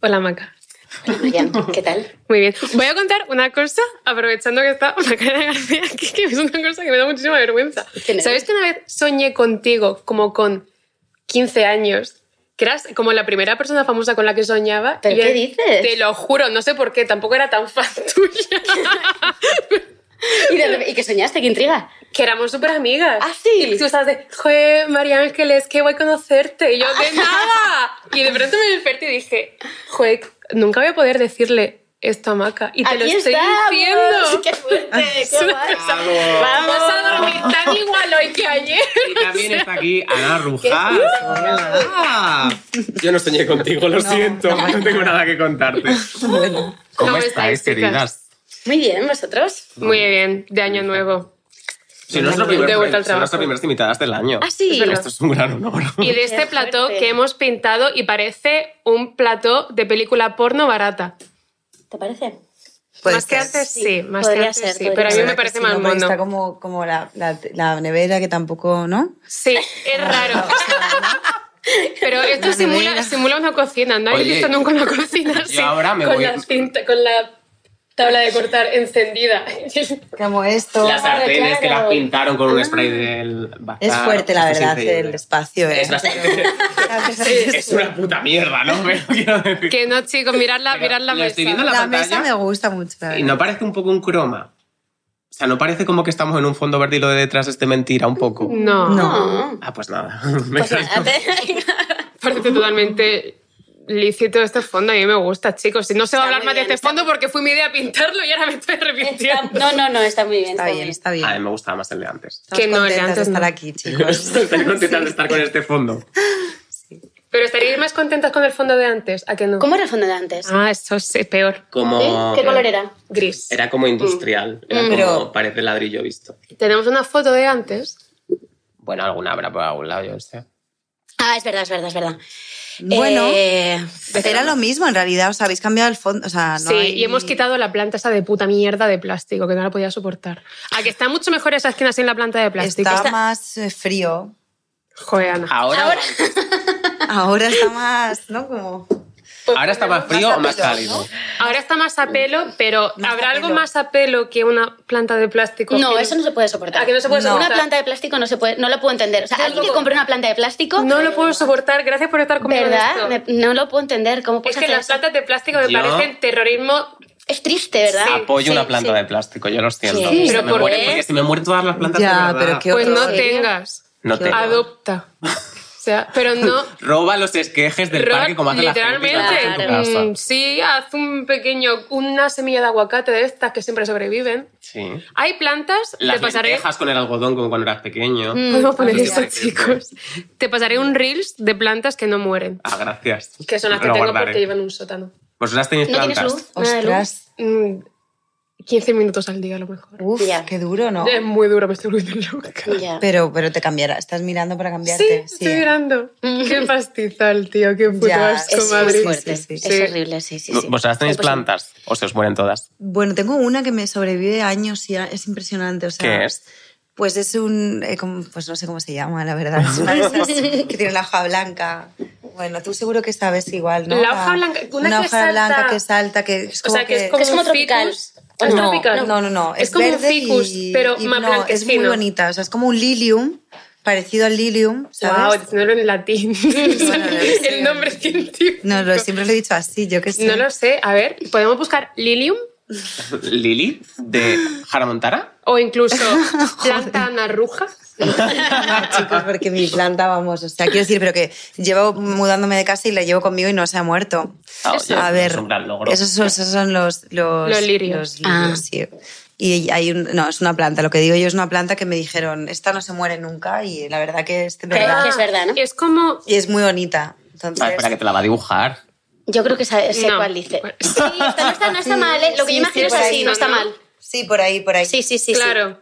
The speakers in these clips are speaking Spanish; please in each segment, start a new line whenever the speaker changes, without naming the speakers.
Hola, Maca.
Hola, Marian, ¿qué tal?
Muy bien. Voy a contar una cosa, aprovechando que está Macarena García aquí, que es una cosa que me da muchísima vergüenza.
¿Quién eres?
¿Sabes que una vez soñé contigo como con 15 años? Que eras como la primera persona famosa con la que soñaba.
¿Pero
Y
qué
era-
dices?
Te lo juro, no sé por qué, tampoco era tan fan tuya.
¿Y, de rep- y que soñaste? ¿Qué intriga?
que éramos súper amigas.
¿Ah, sí?
Y tú estabas de, joder, María Ángeles, qué guay conocerte. Y yo, de nada. Y de pronto me desperté y dije, joder, nunca voy a poder decirle esto a Maca. Y te lo
Aquí
estoy
estamos.
diciendo. Ah,
¡Qué fuerte! ¡Qué guay!
Claro.
Vamos a dormir tan igual hoy que ayer.
Y también está aquí Ana Rujas. Hola. Yo no soñé contigo, lo siento. No tengo nada que contarte. ¿Cómo
¿Cómo estáis,
estáis,
chicas?
queridas?
Muy bien, ¿vosotros?
Muy bien, de año nuevo.
Son nuestras
De vuelta al
primeras- son
trabajo.
nuestras primeras invitadas del año.
Ah, sí.
Es verdad.
Esto es un gran honor.
Y de este
Qué
plató
fuerte.
que hemos pintado y parece un plató de película porno barata.
¿Te parece?
Puede
más que
ser.
antes
Sí,
sí, más que
podría
antes
ser,
sí,
podría
pero a mí
ser.
me
Ahora
parece
que sí,
más
¿no? Porque
mono.
Está como, como la, la- la nevera que tampoco, ¿no?
Sí, es raro. Pero esto
La
simula,
nevera.
simula una cocina. No habéis
Oye,
visto nunca una cocina así.
ahora me
con
voy-
la cinta, con la tabla de cortar encendida.
Como esto.
Las sartenes que las
claro.
pintaron con un spray del.
Es
Bactar,
fuerte,
eso Ah.
la
es
verdad,
increíble.
el espacio. ¿eh?
Es bastante- Es una puta mierda, ¿no? Pero quiero decir.
que no, chicos, miradla,
Pero
miradla.
lo estoy viendo en
la
la
mesa
pantalla.
me gusta mucho. la
Y
verdad.
no parece un poco un croma. O sea, no parece como que estamos en un fondo verde y lo de detrás es de mentira un poco.
No,
No.
Ah, pues nada.
Pues nada,
parece totalmente lícito este fondo. A mí me gusta, chicos. Y no se va a
Está
hablar
muy
más de
bien,
este
está-
fondo porque fue mi idea pintarlo y ahora me estoy
Está-
arrepintiendo.
no, no, no, está muy bien.
Está bien, está bien.
A mí me gustaba más el de antes.
Estamos
Que no, el de
contentas
antes
de estar
no.
aquí, chicos.
Estoy contenta de estar con este fondo.
Pero estaríais más contentas con el fondo de antes, ¿a que no?
¿Cómo era el fondo de antes?
Ah, eso es eh, peor.
Como...
¿Sí? ¿Qué color era?
Gris.
Era como industrial. Era
Mm.
como
Pero-
pared de ladrillo visto.
Tenemos una foto de antes.
Bueno, alguna habrá por algún lado, yo no sé.
Ah, es verdad, es verdad, es verdad.
Bueno,
Eh,
era lo mismo en realidad. Os habéis cambiado el fondo. O
Ah,
sea, no
sí,
hay-
y hemos quitado la planta esa de puta mierda de plástico, que no la podía soportar. A que está mucho mejor esa esquina sin la planta de plástico.
Está más eh, frío.
Joder,
Ah.
Ana.
Ahora, ahora,
Ahora está más, ¿no? Como.
está más frío
Más
o más
rápido,
cálido.
¿no?
Ahora está más a pelo, pero
Más
¿habrá
a
algo
pelo.
más a pelo que una planta de plástico?
no,
Que
eso no se puede soportar.
¿A que no se puede
No.
Una
soportar?
planta de plástico no se puede, no lo puedo entender. O sea,
Yo
alguien que
tampoco.
compre una planta de plástico,
No lo puedo soportar. Gracias por estar conmigo. en
¿verdad?
esto.
Me- no lo puedo entender. ¿Cómo
Es
puedes
que
hacer
las
eso?
plantas de plástico me
Yo-
parecen terrorismo.
Es triste, ¿verdad?
Apoyo
Sí,
una planta
sí.
de plástico, yo lo siento.
Sí.
Se
Pero
me
¿por
mueren,
qué?
porque si me mueren todas las plantas
Ya,
de verdad.
pero qué
Pues no
horror.
tengas.
No tengo.
Adopta. O sea, pero no.
Roba los esquejes del
Roba-
parque como hace la gente
literalmente,
que trabaja en tu casa.
mm, sí, haz un pequeño, una semilla de aguacate de estas que siempre sobreviven.
Sí.
Hay plantas,
Las
te pasaré. Mm.
lentejas con el algodón como cuando eras pequeño.
Podemos poner
Sí,
esto,
sí, sí.
chicos. Te pasaré un reels de plantas que no mueren.
Ah, gracias.
Que son las que
Lo
tengo
guardaré.
porque llevan un sótano.
¿Vosotras tenéis
¿No tienes
plantas?
luz? Nada de luz.
Ostras.
Mm, 15 minutos al día, a lo mejor.
Uf,
Ya.
qué duro, ¿no?
Es muy duro, me estoy volviendo loca.
Ya.
Pero, pero te cambiará. Estás mirando para
Sí, ¿eh?
cambiarte. ¿eh?
estoy mirando. Qué pastizal, tío. Qué puto
Ya,
asco,
Es muy
madre.
fuerte.
Sí, sí, sí.
Es
Sí.
horrible, sí, sí, sí.
¿Vosotras tenéis
Pues,
plantas? ¿O se os mueren todas?
Bueno, tengo una que me sobrevive años y a- es impresionante. O sea,
Ah.
¿Qué es?
Pues es un. eh, como- pues no sé cómo se llama, la verdad. Es una de esas que tiene la hoja blanca. Bueno, tú seguro que sabes igual, ¿no?
La hoja blanca, una
Una,
que
hoja
salta.
blanca que salta, que es
O
como
sea, que es como,
Es como
un
tropical.
ficus. Es
no,
tropical.
No, no, no.
Es, como
verde
un ficus,
y-
pero
y
más
no, Es muy
blanquecino.
bonita. O sea, es como un lilium, parecido al lilium,
Wow,
¿sabes?
diciéndolo en latín.
Bueno, no lo sé.
el nombre científico.
No, lo, siempre lo he dicho así, yo que sé.
No lo sé. A ver, podemos buscar lilium
¿Lili? ¿De Hannah Montana?
o incluso planta narruja.
No, Ah, chicos, porque mi planta, vamos, o sea, quiero decir, pero que llevo mudándome de casa y la llevo conmigo y no se ha muerto.
Ah, oye,
a ver,
es un gran logro.
Esos, son, esos son los, los,
Los lirios.
los lirios,
Ah.
sí. Y hay un, no, es una planta, lo que digo yo es una planta que me dijeron, esta no se muere nunca y la verdad que es de
Que-
verdad.
que es verdad, ¿no?
Es como...
Y es muy bonita. Entonces,
Ah, espera, que te la va a dibujar.
Yo creo que sa- sé
No. pues,
cuál dice. Sí, está- no, está, no está mal, ¿eh? Lo que
Sí,
yo imagino
sí,
es
por
así,
ahí,
no está
¿no?
mal.
sí, por ahí, por ahí.
Sí, sí, sí. sí.
claro.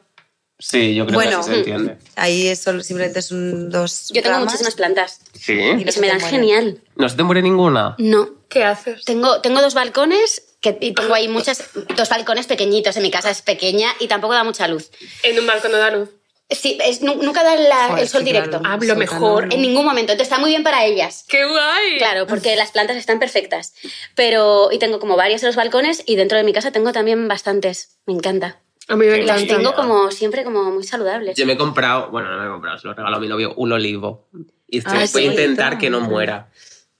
Sí, yo creo
Bueno.
que así se entiende.
Ahí es solo- simplemente son dos
Yo tengo
ramas.
muchísimas plantas.
Sí.
Y no
Y se
se
me
te
dan
mueren.
genial.
¿No se te muere ninguna?
No.
¿Qué haces?
Tengo, tengo dos balcones que, y tengo ahí muchas. Dos balcones pequeñitos. En mi casa es pequeña y tampoco da mucha luz.
En un balcón no da luz.
Sí, es nu- nunca dar la-
Joder,
el sol
sí,
directo.
claro. Ah,
Hablo
Sí,
mejor.
claro.
En ningún momento. Entonces está muy bien para ellas.
¡Qué guay!
Claro, porque las plantas están perfectas. Pero, y tengo como varias en los balcones y dentro de mi casa tengo también bastantes. Me encanta.
A mí me
Qué
Las
encanta.
tengo como siempre como muy saludables.
Yo me he comprado, bueno, no me he comprado, se lo regaló a mi novio, un olivo. Y estoy,
Ah, sí.
voy a intentar que no muera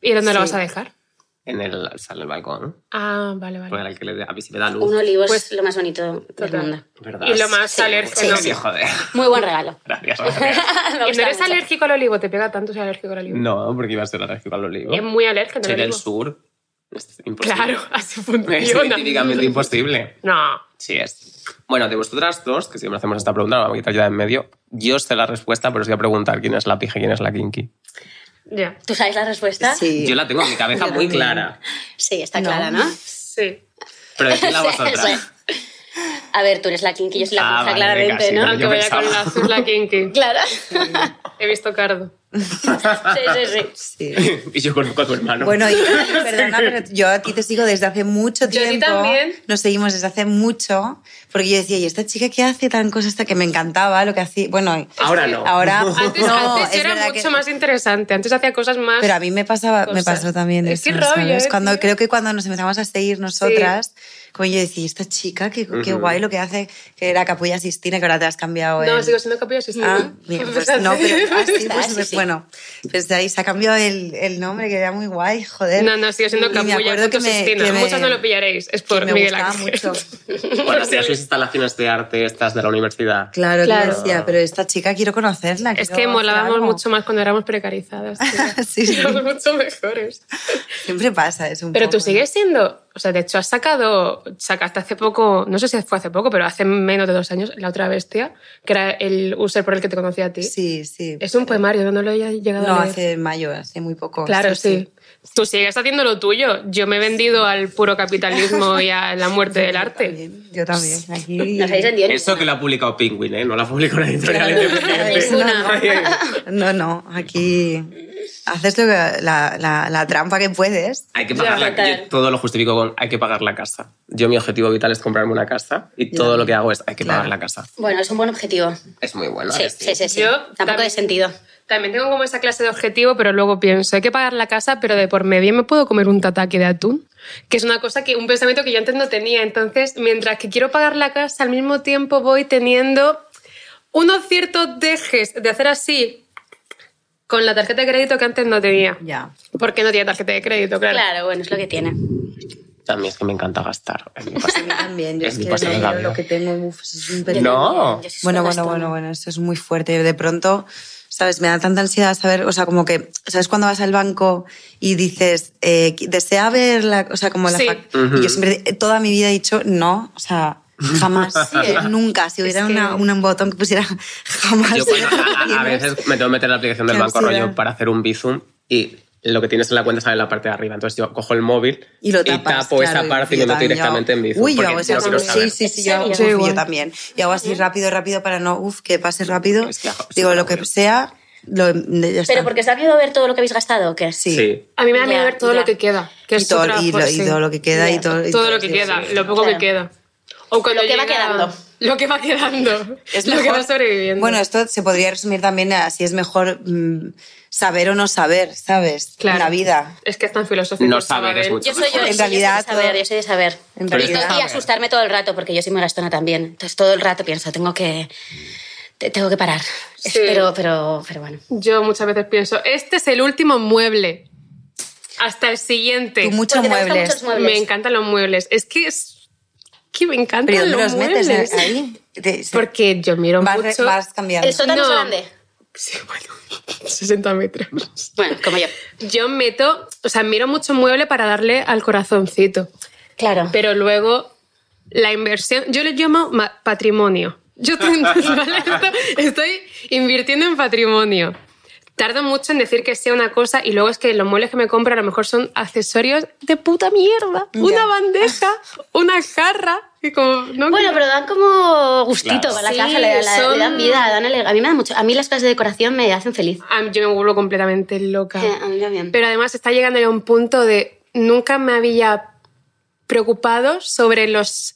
¿Y dónde lo
Sí.
vas a dejar?
en el, sale el balcón.
Ah, vale, vale.
Para el que le dé- a mí si me da luz.
Un olivo
Pues-
es lo más bonito del
Total.
mundo.
¿verdad?
Y lo más
Sí,
alérgeno.
sí, joder.
Muy buen regalo.
Gracias, gracias.
Me
¿Y no
gusta
eres
mucho.
alérgico al olivo? ¿Te pega tanto ser alérgico al olivo?
No, porque iba a ser alérgico al olivo.
Es muy alérgico
Soy
al
del
olivo.
sur. Es imposible.
Claro, así
Es
funciona.
científicamente imposible.
No.
Sí es. Bueno, de vosotras dos, que siempre hacemos esta pregunta, la vamos a quitar ya de en medio. Yo sé la respuesta, pero os voy a preguntar quién es la pija y quién es la kinky.
Ya.
¿Tú sabes la respuesta?
Sí.
Yo la tengo en mi cabeza
Yo
muy
también.
clara.
Sí, está
No.
clara, ¿no?
Sí.
Pero decidla
Eso es.
vosotras.
A ver, tú eres la kinky, yo soy la
Ah,
pija,
vale,
claramente,
venga, sí,
¿no?
vale.
Aunque
Yo
vaya con la
pensaba.
azul, la kinky.
Claro.
He visto cardo.
Sí, sí, sí.
Sí.
y yo conozco a tu hermano.
Bueno, y, perdona, pero yo a ti te sigo desde hace mucho
Yo a ti
tiempo.
también.
Nos seguimos desde hace mucho. Porque yo decía, ¿y esta chica qué hace tan cosa hasta que me encantaba lo que hacía? Bueno,
Ahora no.
ahora.
Antes,
no,
antes
es
era
verdad
mucho
que-
más interesante. Antes hacía cosas más.
Pero a mí me pasaba, me
cosas.
pasó también
Es que
eso,
rabia,
¿sabes?
eh,
Cuando,
tío.
creo que cuando nos empezamos a seguir nosotras, como yo decía, esta chica, qué, qué
Ujú.
guay lo que hace, que era Capulla Sistina, que ahora te has cambiado
no,
el-
sigo siendo capilla asistida.
eh. Ah, bien, pues no, pero ah, sí, pues,
Sí,
pues,
sí.
bueno, pues de ahí se ha cambiado el, el nombre, que era muy guay, joder.
No, no, sigo siendo
Y me
capulla
acuerdo que
punto
me-
Sistina.
que me-
Muchas no lo pillaréis. Es por
que me
Miguel
gustaba
Ángel.
mucho.
Cuando hacías las instalaciones de arte estas de la universidad.
Claro.
Claro, claro. decía, pero esta chica quiero conocerla.
Es
quiero
que
hacer
molábamos
algo.
mucho más cuando éramos precarizadas. tío.
Sí, sí.
Éramos mucho mejores.
Siempre pasa eso un
Pero
poco,
tú sigues siendo, o sea, de hecho has sacado, sacaste hace poco, no sé si fue hace poco, pero hace menos de dos años, La otra bestia, que era el user por el que te conocí a ti.
¿no? Sí, sí.
Es un poemario, no, no lo he llegado
No,
a leer.
hace mayo, hace muy poco.
Claro, sí. Tú sigues haciendo lo tuyo. Yo me he vendido al puro capitalismo y a la muerte del arte.
También, Yo también. Aquí...
Nos habéis vendido.
Eso que lo ha publicado Penguin, ¿eh? No lo ha publicado la editorial
Claro.
independiente.
Ninguna.
No, no, aquí haces lo que- la, la- la trampa que puedes.
Hay que pagar
Ya,
la
total.
yo todo lo justifico con hay que pagar la casa. Yo mi objetivo vital es comprarme una casa y todo lo que hago es hay que pagar
Claro.
la casa.
Bueno, es un buen objetivo.
Es muy bueno. ¿a
Sí, sí,
que
sí. sí.
Yo
Tampoco
también-
de sentido.
También tengo como esa clase de objetivo, pero luego pienso, hay que pagar la casa, pero de por medio me puedo comer un tataki de atún, que es una cosa que un pensamiento que yo antes no tenía. Entonces, mientras que quiero pagar la casa, al mismo tiempo voy teniendo unos ciertos dejes de hacer así con la tarjeta de crédito que antes no tenía.
Ya.
Porque no tenía tarjeta de crédito, claro.
Claro, bueno, es lo que tiene.
También es que me encanta gastar. es mi pasión.
También,
yo Es es mi que pasión no en la veo vida. lo que
tengo es un
no.
Yo soy súper
Bueno, bueno,
gastona.
bueno, bueno, eso es muy fuerte. De pronto, ¿sabes? Me da tanta ansiedad saber, o sea, como que, ¿sabes? Cuando vas al banco y dices, eh, desea ver la, o sea, como la
Sí.
fac-
Ujú.
Y yo siempre, eh, toda mi vida he dicho no, o sea, jamás, eh, nunca. Si hubiera
que-
una- una- un botón que pusiera jamás.
Yo cuando- a- a, a veces me tengo que meter en la aplicación del
Qué
banco
ansiedad.
rollo para hacer un bizum y lo que tienes en la cuenta sale en la parte de arriba. Entonces yo cojo el móvil
y lo tapas,
tapo esa
claro,
parte y
yo
me meto
también,
directamente
yo
en
hago-
bizum.
Uy, yo
porque
hago eso.
no quiero
Sí,
saber.
sí, sí,
¿En
yo hago
serio?
eso,
Sí,
yo
igual.
también. Y hago así rápido, rápido para no, uf, que pase rápido.
Es que hago-
Digo,
sí,
lo que
obvio.
sea, lo, em, ya está.
Pero porque os da miedo ver todo lo que habéis gastado, ¿o qué?
Sí.
Sí.
A mí me da miedo
Ya,
ver todo
ya.
lo que queda. Que
Y
es otra
todo, y, lo, y
cosa,
todo lo que queda y
Ya.
todo, y
todo
todo,
lo que
sí,
queda,
sí.
lo poco
Claro.
que queda. O cuando
Lo que va
llega-
quedando.
Lo que va quedando. Es lo que
mejor-
va sobreviviendo.
Bueno, esto se podría resumir también a si es mejor mm, saber o no saber, ¿sabes?
Claro.
En la vida.
Es que es tan filosófico.
No
el
saber, es
Sabadell.
mucho.
Yo soy yo,
En
sí, yo
realidad,
soy de saber,
todo-
yo soy de saber.
En
Pero
Y,
esto
realidad.
no- y
saber.
asustarme todo el rato, porque yo soy muy gastona también. Entonces todo el rato pienso, tengo que, te- tengo que parar.
Sí.
Pero, pero, pero bueno.
Yo muchas veces pienso, este es el último mueble. Hasta el siguiente.
Tú muchos
Porque te gustan
muebles.
muchos muebles.
Me encantan los muebles. Es que es que me encantan
Pero ¿y ¿dónde
los,
los
muebles.
metes ahí? Te-
Porque yo miro
vas, re-
mucho.
vas cambiando.
El sótano
No.
es grande.
Sí, bueno, 60 metros.
Bueno, como yo.
Yo meto, o sea, miro mucho mueble para darle al corazoncito.
Claro.
Pero luego la inversión, yo lo llamo ma- patrimonio. Yo ten- estoy invirtiendo en patrimonio. Tardo mucho en decir que sea una cosa y luego es que los muebles que me compro a lo mejor son accesorios de puta mierda. Una bandeja, una jarra. Y como, no
Bueno, pero dan como gustito
Claro.
a la
Sí,
casa, le, la-
son-
le dan vida, dan ele- A mí me dan mucho. A mí las clases de decoración me hacen feliz.
A mí- ah, yo me vuelvo completamente loca.
Eh, a mí también.
Pero además está llegando ya un punto de nunca me había preocupado sobre los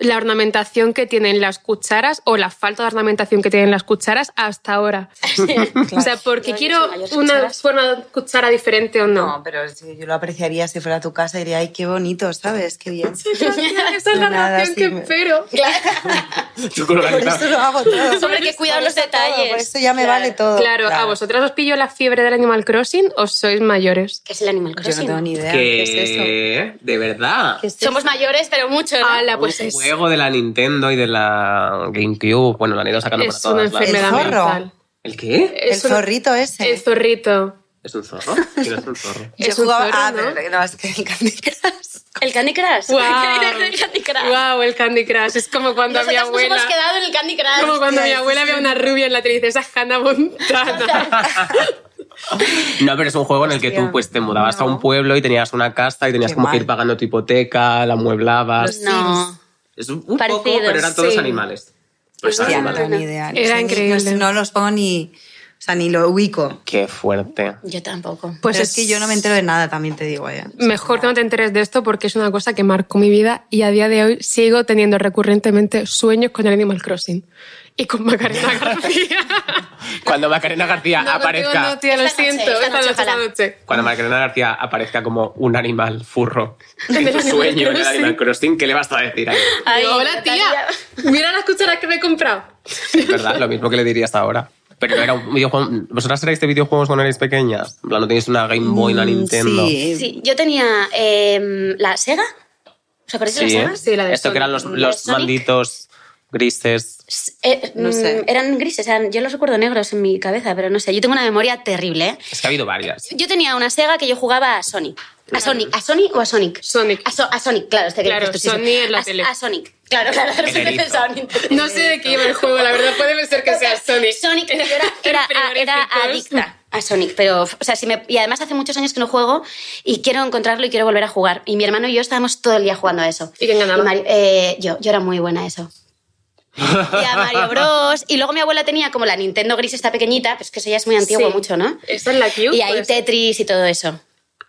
la ornamentación que tienen las cucharas o la falta de ornamentación que tienen las cucharas hasta ahora. O sea, porque
No hay
quiero
mayores
una
cucharas.
forma de cuchara diferente o no.
No, pero si yo lo apreciaría si fuera a tu casa, diría, ay, qué bonito, ¿sabes? Qué bien.
Esa es la
Nada,
relación
sí,
que
me-
espero.
Tú con la
Por
guitarra.
eso lo hago todo.
Hombre, que cuidado los detalles.
Por eso ya me
Claro.
vale todo.
Claro, ¿a vosotras os pillo la fiebre del Animal Crossing o sois mayores?
¿Qué es el Animal
Yo no
Crossing?
tengo ni idea. ¿Qué es eso?
¿Qué? De verdad.
¿Qué es
Somos
eso?
mayores, pero mucho, ¿no?
Ala, pues
un
es,
juego de la Nintendo y de la GameCube. Bueno, la han ido sacando
es
para
una
todas. las-
enfermedad
El zorro.
mental.
¿El qué?
El
Es un-
zorrito ese.
El zorrito.
¿Es un zorro? ¿Quién es un zorro?
Yo
es un
jugaba-
zorro,
ah,
¿no?
pero no, es que el Candy Crush.
¿El Candy Crush?
Guau.
¿Qué dices del Candy Crush?
Wow, el Candy Crush. Es como cuando
Nosotras
mi
nos
abuela.
hemos quedado en el Candy Crush.
Como cuando mi
Hostia,
abuela
sí,
ve a una rubia en la tele y dice, esa es Hannah Montana.
No, pero es un juego en el que tú
Hostia,
pues, te mudabas a
no.
un pueblo y tenías una casa y tenías
Qué
como que
guay.
ir pagando tu hipoteca, la mueblabas.
No.
Es un, un
Parecido,
poco, pero eran todos
sí.
animales. Pues
Hostia, no
animales.
tengo ni idea. No
Era
sé ni-
increíble.
no sé, No los pongo ni. O sea, ni lo ubico.
Qué fuerte.
Yo tampoco.
Pues
Pero es que yo no me entero de nada, también te digo, eh.
Mejor que no te enteres de esto porque es una cosa que marcó mi vida y a día de hoy sigo teniendo recurrentemente sueños con el Animal Crossing y con Macarena García.
Cuando Macarena García
No,
aparezca.
contigo No, tía, lo
Esta noche,
siento.
esta
Esta noche,
noche,
esta
ojalá.
noche.
Cuando Macarena García aparezca como un animal furro en tu
Animal
sueño en el
Crossing.
Animal Crossing, ¿qué le vas a decir ahí?
Ay,
Digo, Hola, tía.
Natalia.
Mira las cucharas que me he comprado.
Es verdad, lo mismo que le dirías ahora. Pero era un videojuego. ¿Vosotras erais de videojuegos cuando erais pequeñas? En plan, ¿no tenéis una Game Boy, una
Mm,
Nintendo?
Sí.
Sí, yo tenía em, la Sega. ¿Os acordáis de la Sega?
Sí, la de
¿eh? Esto que eran los,
Sonic.
La de
los
Sonic.
malditos grises.
S- eh,
No
mm,
sé.
Eran grises, eran- yo los recuerdo negros en mi cabeza, pero no sé. Yo tengo una memoria terrible. ¿eh?
Es que ha habido varias.
Yo tenía una Sega que yo jugaba a Sonic. ¿A Sonic? ¿A Sonic o a Sonic?
Sonic.
A, So- a Sonic, claro. este que
Claro,
dices tú, sí, sí.
Sonic en la
a,
tele.
A Sonic, claro, claro. de repente
erizo.
pensaba en Nintendo.
No sé de qué iba el juego, la verdad. Puede ser que sea Sonic.
Sonic, yo era, era-
El primer
era
efecto.
adicta a Sonic, pero, o sea, si me, y además hace muchos años que no juego y quiero encontrarlo y quiero volver a jugar. Y mi hermano y yo estábamos todo el día jugando a eso.
¿Y quién ganaba?
Mario- eh, yo, yo era muy buena a eso. Y a Mario Bros. Y luego mi abuela tenía como la Nintendo gris esta pequeñita, pues que eso ya es muy antiguo
Sí.
mucho, ¿no?
Esta es la Q.
Y ahí
pues.
Tetris y todo eso.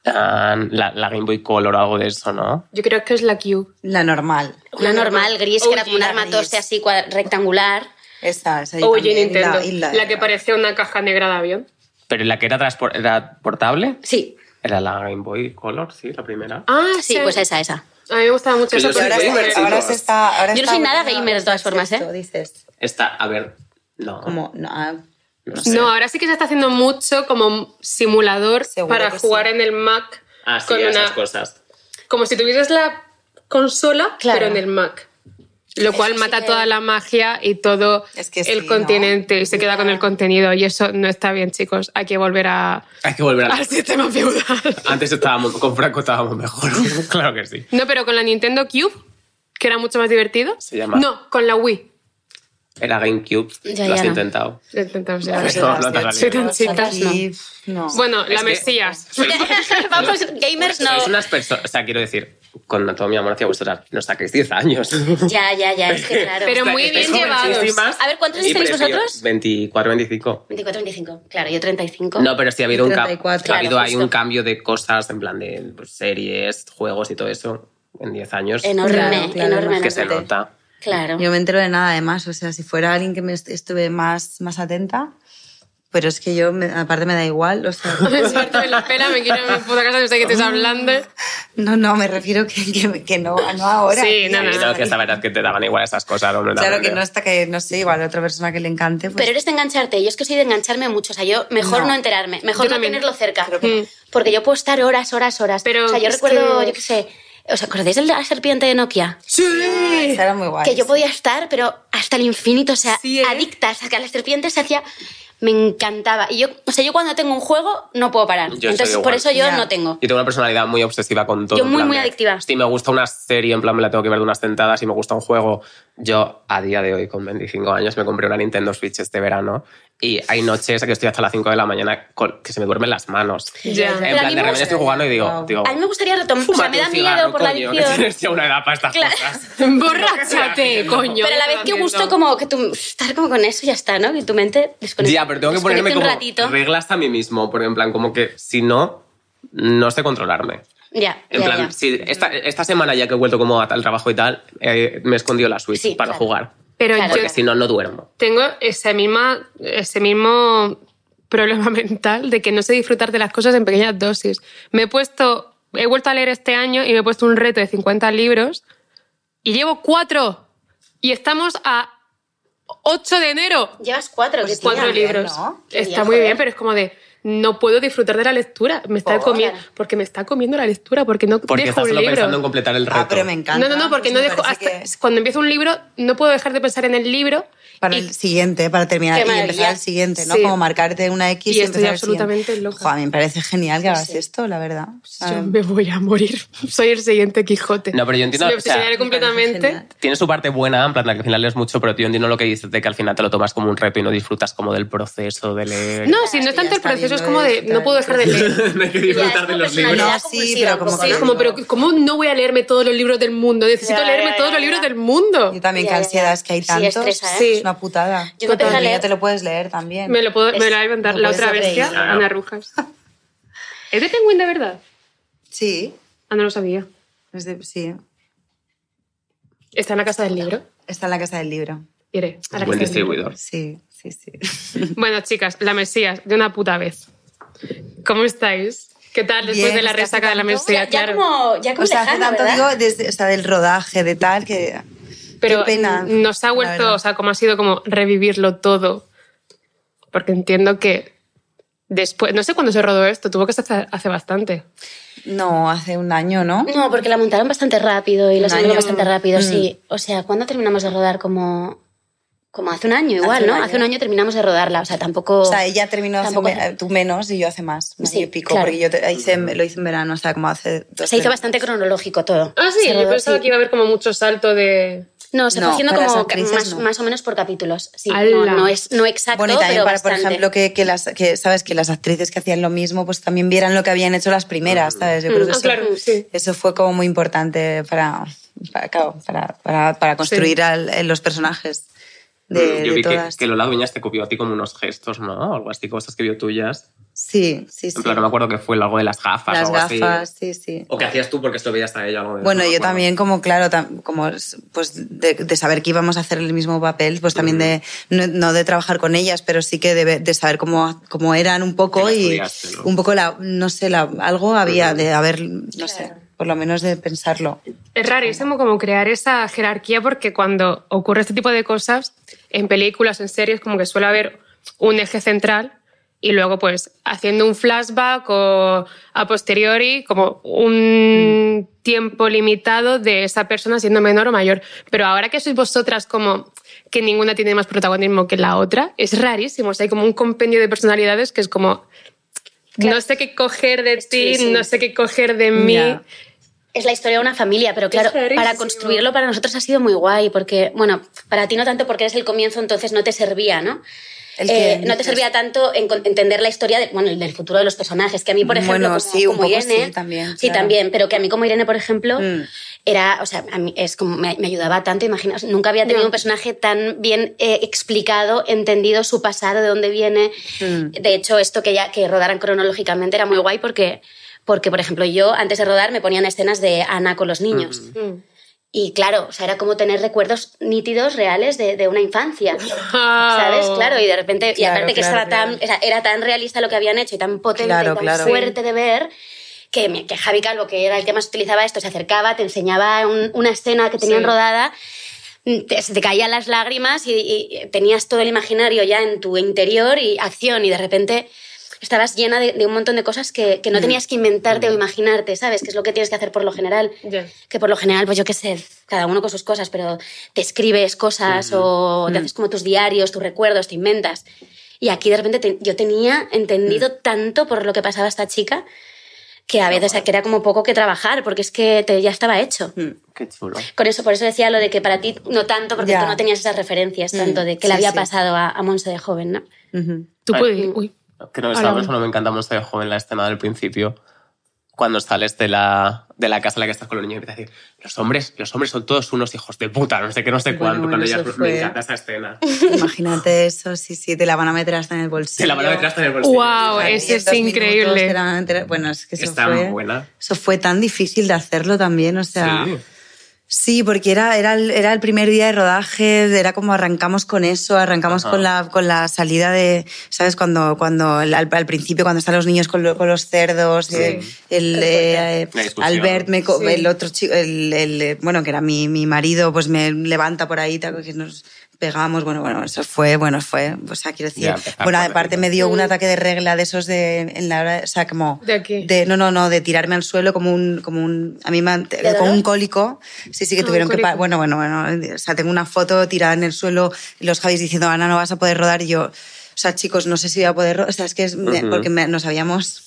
Ah, La, la Game Boy Color o algo de eso, ¿no?
Yo creo que es la Q.
La normal.
Una
La
normal gris, que era como un
la
arma
gris.
torce así cuad- rectangular.
Esa, esa. yo
Oye,
también, y
Nintendo.
y
La, que parecía una caja negra de avión.
Pero la que era, transpor- era portable
Sí,
era la Game Boy Color, sí, la primera.
Ah,
sí, pues esa, esa.
A mí me gustaba mucho
Pero
esa
yo
porque-
soy
Ahora,
Sí,
se-
gamer,
ahora
chicos.
se está. ahora
Yo no
está
soy nada
volviendo
gamer, de todas formas,
esto,
¿eh?
Dices,
Esta, a ver, no.
como, no, ah,
No sé.
No, ahora sí que se está haciendo mucho como simulador
Seguro
para
que
jugar
sí.
en el Mac.
Ah, sí,
con
esas
una-
cosas.
Como si tuvieses la consola,
Claro.
pero en el Mac. Lo cual
sí
mata
que-
toda la magia y todo
Es que
el
sí,
continente y se queda con el contenido. Y eso no está bien, chicos. Hay que volver a-
Hay que volver a...
al sistema feudal.
Antes estábamos, con Franco estábamos mejor. claro que sí.
No, pero con la Nintendo Cube, que era mucho más divertido.
Se llama-
No, con la Wii.
Era Gamecube,
Ya,
lo has
ya.
intentado.
Lo intentamos ya.
Pero
sí,
Pues no,
sí,
no te
sí,
la
Soy tan
sí,
chica.
Chicas, no.
sí, no.
Bueno, la
que-
Mesías.
Vamos,
Pues
gamers no.
Sois unas personas, o sea, quiero decir, con todo mi amor hacia vosotras, no saquéis 10 años.
Ya, ya, ya, es que claro.
Pero
Está-
muy
estáis
bien llevados.
jovencísimas
A ver, ¿cuántos años
y
tenéis
precio-
vosotros?
24, 25.
24, 25. Claro, yo 35.
No, pero sí ha habido, un, cam-
34,
ha habido
claro,
ahí
justo.
un cambio de cosas en plan de pues, series, juegos y todo eso en 10 años.
Enorme,
Claro, claro,
enorme.
pues, que se
enorme.
nota.
Claro.
Yo me entero de nada, además. O sea, si fuera alguien que me est- estuve más, más atenta. Pero es que yo, me- aparte, me da igual. O sea,
Es cierto, me la pela, me quiero ir a mi puta casa, no sé qué estés hablando.
no, no, me refiero que, que, que no, ah, no ahora.
Sí,
tía.
no,
Sí,
no,
no, que esta verdad es que te daban igual esas cosas. ¿no?
Claro que
Realmente.
no, hasta que, no sé, igual a otra persona que le encante. Pues,
Pero eres de engancharte. Yo es que soy de engancharme mucho. O sea, yo mejor no,
No.
enterarme. Mejor
Yo
no
también.
tenerlo cerca.
Creo que no.
Mm. Porque yo puedo estar horas, horas, horas.
Pero
o sea, yo
es
recuerdo,
que-
yo qué sé. ¿Os acordáis de la serpiente de Nokia?
Sí.
esa era muy guay.
que yo podía estar, pero hasta el infinito, o sea,
Sí, ¿eh?
adicta, hasta que a las serpientes se hacía... Me encantaba. Y yo, o sea, yo cuando tengo un juego no puedo parar.
Yo soy
Entonces,
igual.
por eso yo
Ya.
no tengo.
Yo tengo una personalidad muy obsesiva con todo.
Yo
en
muy,
plan
muy
de,
adictiva.
Si me gusta una serie, en plan me la tengo que ver de unas tentadas, si me gusta un juego, yo a día de hoy, con 25 años, me compré una Nintendo Switch este verano y hay noches que estoy hasta las 5 de la mañana con- que se me duermen las manos.
Ya.
Pero
En
a mí
plan, de
me
repente
gusta-
estoy jugando y digo,
Wow.
digo
A mí me gustaría retomar, o sea,
"Fúmate
me da
un
miedo
cigarro,
por la
coño, que
adicción.
tienes ya una edad para estas cosas.
Borráchate, coño.
Pero a la vez que gusto como que tú estar como con eso ya está, ¿no? Que tu mente desconecta.
Ya, pero tengo que ponerme
desconecte
como
un ratito.
reglas a mí mismo, porque en plan, como que si no, no sé controlarme.
Ya,
En
ya,
plan,
ya.
sí, esta, esta semana ya que he vuelto como a- al trabajo y tal, eh, me he escondido la Switch
Sí,
para
claro.
jugar.
Pero
Claro.
yo
Porque si no, no duermo.
tengo ese, misma, ese mismo problema mental de que no sé disfrutar de las cosas en pequeñas dosis. Me he puesto, he vuelto a leer este año y me he puesto un reto de 50 libros y llevo cuatro y estamos a 8 de enero.
Llevas cuatro,
Pues
Cristina.
cuatro libros.
¿no? Qué
Está
bien,
muy
joder.
bien, pero es como de no puedo disfrutar de la lectura. Me está
Por.
comiendo porque me está comiendo la lectura porque no
Porque
dejo
estás
un
solo
libro.
pensando en completar el reto.
Ah, pero me encanta.
No, no, no, porque
Pues
no
me
dejo.
parece
hasta-
que
Cuando empiezo un libro, no puedo dejar de pensar en el libro.
Para
y-
el siguiente, para terminar
Qué
y empezar
maravilla.
el siguiente, ¿no?
Sí.
Como marcarte una X y,
Y estoy
empezar el siguiente.
absolutamente loca.
Joder, me parece genial que hagas
Sí. Pues
esto, la verdad. O sea,
Yo me voy a morir. Soy el siguiente Quijote.
No, pero yo entiendo,
Me
o sea,
obsesionaré
me parece
completamente.
genial.
Tiene su parte buena, en plan, que al final es mucho, pero yo entiendo lo que dices de que al final te lo tomas como un reto y no disfrutas como del proceso de leer.
No, si no
Ya
es tanto el
está bien,
proceso, es
lo
como
de
de
disfrutar
no puedo dejar de leer.
no hay que
Ya,
disfrutar
es
de
una
los libros.
personalidad
No, sí,
compulsiva
pero como
un
que
Sí, es
poco,
como,
¿no?
pero ¿cómo no voy a leerme todos los libros del mundo? Necesito
Ya,
leerme
ya,
todos
ya,
los
ya.
libros del mundo.
Yo también,
Ya,
que
ya,
ansiedad
ya.
es que hay
Sí,
tantos.
¿eh?
estresa,
Sí.
Es una putada.
Yo empecé a
Porque
leer-
ya te lo puedes leer también.
Me lo puedo, me lo voy a
Es-
inventar.
no
La
puedes
otra bestia,
sobrevivir.
Ana Rujas. ¿Es de Penguin de verdad?
Sí,
Ah, no lo sabía.
es de- sí.
Está en la casa del libro.
Está en la casa del libro.
Iré. a la
Buen
casa del libro.
distribuidor.
Sí, sí, sí.
Bueno, chicas, la Mesías, de una puta vez. ¿Cómo estáis? ¿Qué tal después
Bien,
de la
es que hace
resaca de la
tanto.
Mesías?
Ya, ya
claro.
como, ya como
o sea, hace
lejano,
tanto
¿verdad?
digo, desde, o sea, del rodaje, de tal, que.
Pero
qué pena,
nos ha
la
vuelto,
verdad.
o sea, como ha sido como revivirlo todo. Porque entiendo que después, no sé cuándo se rodó esto, tuvo que ser hace, hace bastante.
No, hace un año, ¿no?
No, porque la montaron bastante rápido y la
Un
subieron
año.
bastante rápido,
Mm.
sí. O sea, ¿cuándo terminamos de rodar? Como, como hace un año igual,
Hace un
¿no?
año.
Hace un año terminamos de rodarla, o sea, tampoco...
O sea, ella terminó hace
Tampoco
me-
hace-
tú menos y yo hace más. un
Sí,
año y pico,
claro.
porque yo te- hice- lo hice en verano, o sea, como hace. dos
se hizo
semanas.
bastante cronológico todo.
Ah, sí,
Se
yo
rodó,
pensaba
sí.
que iba a haber como mucho salto de...
No, se fue
No,
haciendo
para las
como ca-
actrices
más,
no.
más o menos por capítulos. Sí, no,
¡Hala!
no es no exacto,
Bueno, y también
pero
para,
bastante.
por ejemplo, que, que las, que, ¿sabes? que las actrices que hacían lo mismo, pues también vieran lo que habían hecho las primeras,
Mm.
¿sabes? Yo
Mm,
creo
Ah,
que eso,
claro, sí.
eso fue como muy importante para, para, claro, para, para- para construir al- eh, los personajes de,
Mm, Yo
de
vi que,
todas.
que Lola Dueñas te copió a ti como unos gestos, ¿no? Algo así, cosas que vio tuyas.
Sí, sí, sí.
En plan, no me acuerdo que fue algo de las gafas o
las
algo así.
gafas, sí, sí.
O que hacías tú porque esto veías a ella. Algo de
Bueno,
no me
yo
acuerdo.
también como, claro, tam- como s- pues de, de saber que íbamos a hacer el mismo papel, pues
Mm.
también de, no, no de trabajar con ellas, pero sí que de, ve- de saber cómo, cómo eran un poco
Que la
y
estudiaste, ¿no?
un poco la, no sé, la, algo había de haber, no sé, por lo menos de pensarlo.
Es rarísimo como crear esa jerarquía porque cuando ocurre este tipo de cosas, en películas, en series, como que suele haber un eje central y luego pues haciendo un flashback o a posteriori como un
Mm.
tiempo limitado de esa persona siendo menor o mayor. Pero ahora que sois vosotras como que ninguna tiene más protagonismo que la otra, es rarísimo. O sea, hay como un compendio de personalidades que es como... No sé qué coger de ti,
sí.
no sé qué coger de mí.
Ya.
Es la historia de una familia, pero claro,
rarísimo.
para construirlo para nosotros ha sido muy guay, porque, bueno, para ti no tanto porque eres el comienzo, entonces no te servía, ¿no?
¿El qué?
Eh, no te
Dices.
servía tanto en con- entender la historia de- bueno, del futuro de los personajes, que a mí, por ejemplo,
Bueno,
como,
sí, un
como
poco
Irene,
sí, también,
sí,
claro.
también, pero que a mí como Irene, por ejemplo,
Mm.
era, o sea, a mí es como, me, me ayudaba tanto, imaginaos, nunca había tenido
Ya.
un personaje tan bien eh, explicado, entendido su pasado, de dónde viene.
Mm.
De hecho, esto que ya que rodaran cronológicamente era muy guay porque, porque, por ejemplo, yo antes de rodar me ponían escenas de Ana con los niños.
Mm.
Y claro, o sea, era como tener recuerdos nítidos, reales de, de una infancia. ¿Sabes? Claro, y de repente, y
Claro,
aparte que
claro,
estaba tan, era, era tan realista lo que habían hecho y tan potente
Claro,
y tan
claro.
fuerte de ver. Que, mi- que Javi Calvo, que era el que más utilizaba esto, se acercaba, te enseñaba un- una escena que tenían
Sí.
rodada, mm, te, se te caían las lágrimas y, y tenías todo el imaginario ya en tu interior y acción y de repente estabas llena de, de un montón de cosas que,
Mm.
que no tenías que inventarte o imaginarte, ¿sabes? Que es lo que tienes que hacer por lo general
Ya.
que por lo general, pues yo qué sé, cada uno con sus cosas, pero te escribes cosas o
Mm.
te haces como tus diarios, tus recuerdos, te inventas. Y aquí de repente te- yo tenía entendido
Mm.
tanto por lo que pasaba esta chica que a veces que era como poco que trabajar, porque es que te- ya estaba hecho.
"Mm,
Qué chulo.
Con eso, por eso decía lo de que para ti no tanto, porque
Ya. Mm.
tú no tenías esas referencias tanto de que le
sí,
había
sí.
pasado a, a Monse de joven, ¿no?
Ujú.
Tú
Ay.
puedes. Uy.
mm,
Que no,
Hola.
esta persona me encanta mucho de joven la escena del principio. cuando sales de la, de la casa en la que estás con los niños y empiezas a decir, los hombres, los hombres son todos unos hijos de puta, no sé qué, no sé
Bueno,
cuánto.
bueno,
cuando
eso
ellas,
fue.
me encanta esa escena.
Imagínate eso, sí, sí, te la van a meter hasta en el bolsillo.
Se la van a meter hasta en el bolsillo.
Oh,
Guau,
Ahí,
Eso es
dos minutos,
increíble.
te la van a meter- Bueno, es que eh, eso
Está
fue,
muy buena.
eso fue tan difícil de hacerlo también, o sea...
Sí.
Sí, porque era, era, el, era el primer día de rodaje, era como arrancamos con eso, arrancamos
Ajá.
con la, con la salida de, ¿sabes? Cuando, cuando el- al, al principio, cuando están los niños con, lo- con los cerdos, eh, el, eh, eh,
La discusión.
Albert, me, co-
Sí.
el otro chico, el, el, eh, bueno, que era mi, mi marido, pues me levanta por ahí, tal, que nos pegamos, bueno, bueno, eso fue, bueno, fue, o sea, quiero decir,
Ya, empezar
bueno,
por la
aparte
regla.
me dio un ataque de regla de esos de, en la hora, o sea, como...
¿De aquí?
no, no, no, de tirarme al suelo como un, como un, a mí me, han-
¿De
como
dolor?
un cólico, sí, sí que
Ah,
tuvieron que...
cólico.
pa- Bueno, bueno, bueno. O sea, tengo una foto tirada en el suelo, los Javis diciendo, Ana, no vas a poder rodar. Y yo, o sea, chicos, no sé si voy a poder rodar. O sea, es que es me-
Ujú.
porque me- nos habíamos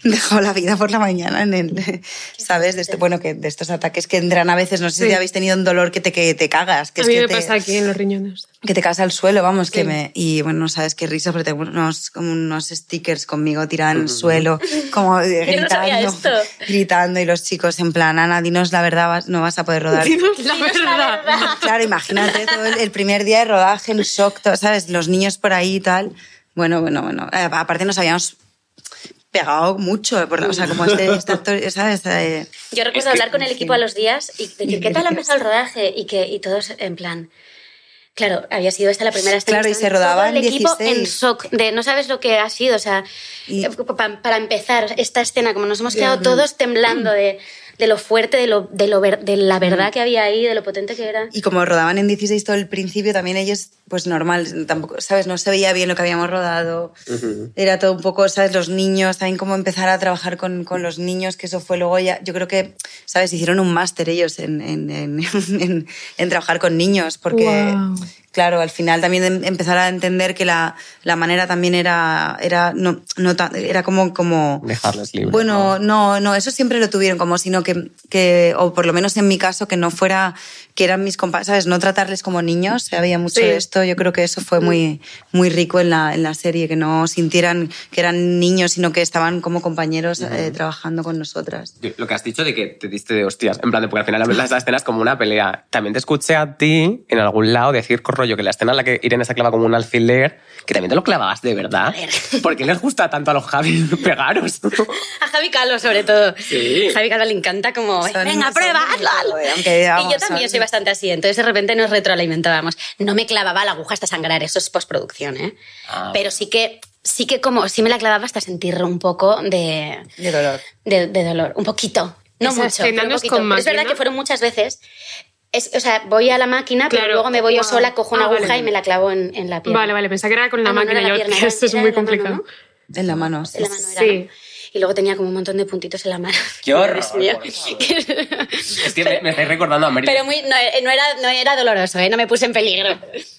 dejado la vida por la mañana en el... ¿Sabes? De este, bueno, que de estos ataques que entran a veces. No sé si
Sí.
habéis tenido un dolor que te, que te cagas. Que
a
es
mí
que
me
te-
pasa aquí en los riñones.
que te caes al suelo, vamos, que
Sí.
me... Y bueno, no sabes qué risa, pero tengo unos, como unos stickers conmigo tirada en el suelo, como eh,
Yo no
gritando,
sabía esto.
gritando, y los chicos en plan, Ana, dinos la verdad, vas- no vas a poder rodar.
La verdad.
Claro, imagínate todo el, el primer día de rodaje, el shock, todo, ¿sabes? Los niños por ahí y tal. Bueno, bueno, bueno. Eh, Aparte nos habíamos pegado mucho, por la- o sea, como este, este actor, ¿sabes? Eh,
Yo recuerdo
Es que-
hablar con el equipo a los días y decir, ¿qué tal ha empezado el rodaje? Y, que, y todos en plan... Claro, había sido esta la primera escena.
Claro, y
estaban
se rodaba
todo el
en
equipo
16.
en shock, de no sabes lo que ha sido. O sea,
Y-
eh, pa- para, empezar, o sea, esta escena, como nos hemos quedado todos temblando de, de lo fuerte, de, lo, de, lo ver- de la verdad que había ahí, de lo potente que era.
Y como rodaban en 16 todo el principio, también ellos, pues normal, tampoco, ¿sabes? No se veía bien lo que habíamos rodado.
Ujú.
Era todo un poco, ¿sabes? Los niños, también cómo empezar a trabajar con, con los niños, que eso fue luego ya. Yo creo que, ¿sabes? Hicieron un máster ellos en, en, en, en- en trabajar con niños, porque.
Guau.
Claro, al final también em- empezar a entender que la, la manera también era, era, no, no tan- era como, como
Dejarles libres.
bueno, no, no, eso siempre lo tuvieron como, sino que, que, o por lo menos en mi caso, que no fuera, que eran mis compañeros, ¿sabes? No tratarles como niños, había mucho
Sí.
de esto, yo creo que eso fue muy, muy rico en la, en la serie, que no sintieran que eran niños, sino que estaban como compañeros eh, trabajando con nosotras.
Yo- Lo que has dicho de que te diste de hostias, en plan de porque al final las escenas como una pelea. También te escuché a ti en algún lado decir, con rollo, que la escena en la que Irene se clava como un alfiler, que también te lo clavabas de verdad. ¿Por qué les gusta tanto a los Javi pegaros?
A Javi Calo, sobre todo.
Sí.
Javi Calo le encanta como,
Son-
venga,
son
prueba,
muy
hazlo, hazlo".
malo, eh, aunque,
Y yo
vamos,
también
son-
soy bastante así, entonces de repente nos retroalimentábamos. No me clavaba la aguja hasta sangrar, eso es postproducción, ¿eh?
Ah.
Pero sí que, sí que como, sí me la clavaba hasta sentir un poco de,
De dolor.
de, de dolor, un poquito. No
Esa
mucho.
escena
pero un
no es
poquito.
con
Pero es verdad
máquina.
que fueron muchas veces. Es, o sea, voy a la máquina, pero
Claro.
luego me voy yo
Wow.
sola, cojo una
Ah,
aguja
vale.
y me la clavo en, en la pierna.
Vale, vale, pensaba que era con la
Ah, no, no
máquina.
era
yo,
la pierna,
que
era-
esto es
era
muy
la mano,
complicado.
¿no?
En la mano. sí,
en la
sí.
mano era,
Sí.
¿no? Y luego tenía como un montón de puntitos en la mano.
¡Qué horror,
Dios mío.
por Es que me, me estáis recordando a Meryl,
Pero muy, no, eh, no era, no era doloroso, ¿eh? no me puse en peligro.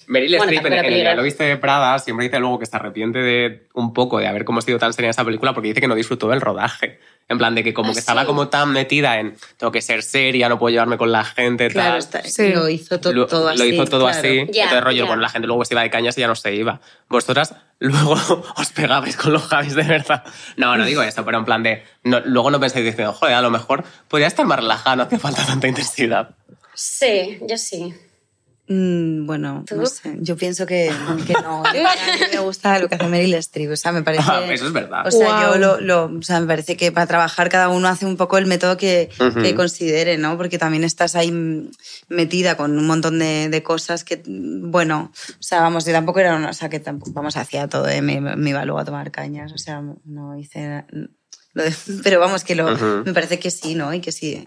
Meryl
Bueno,
Streep en,
tampoco era
en el
peligro.
diálogo viste de Prada, siempre dice luego que se arrepiente de un poco de haber como sido tan seria en esa película porque dice que no disfrutó del rodaje. En plan de que como
Ah,
que estaba
sí.
como tan metida en tengo que ser seria, no puedo llevarme con la gente,
Claro,
tal.
está-
Sí.
lo hizo to-
lo,
todo
lo
así.
hizo todo
claro.
así.
Ya,
Entonces, rollo,
ya.
bueno, la gente luego se iba de cañas y ya no se iba. Vosotras luego os pegabais con los Javis de verdad. No, no digo eso, pero en plan de. no- luego no pensáis diciendo, joder, a lo mejor podría estar más relajada, no hace falta tanta intensidad.
Sí, yo sí.
Mm, bueno,
¿Tú?
no sé. Yo pienso que, que no. A mí me gusta lo que hace Meryl Streep. O sea, me parece.
Ah, eso es verdad.
O sea,
Guau.
yo lo, lo- O sea, me parece que para trabajar cada uno hace un poco el método que,
Ujú.
que considere, ¿no? Porque también estás ahí mm, metida con un montón de, de cosas que. mm, Bueno, o sea, vamos, yo tampoco era una. O sea, que tampoco. Vamos, hacía todo, ¿eh? me, me iba luego a tomar cañas. O sea, no hice. Lo de- pero vamos, que lo.
Ujú.
Me parece que sí, ¿no? Y que sí.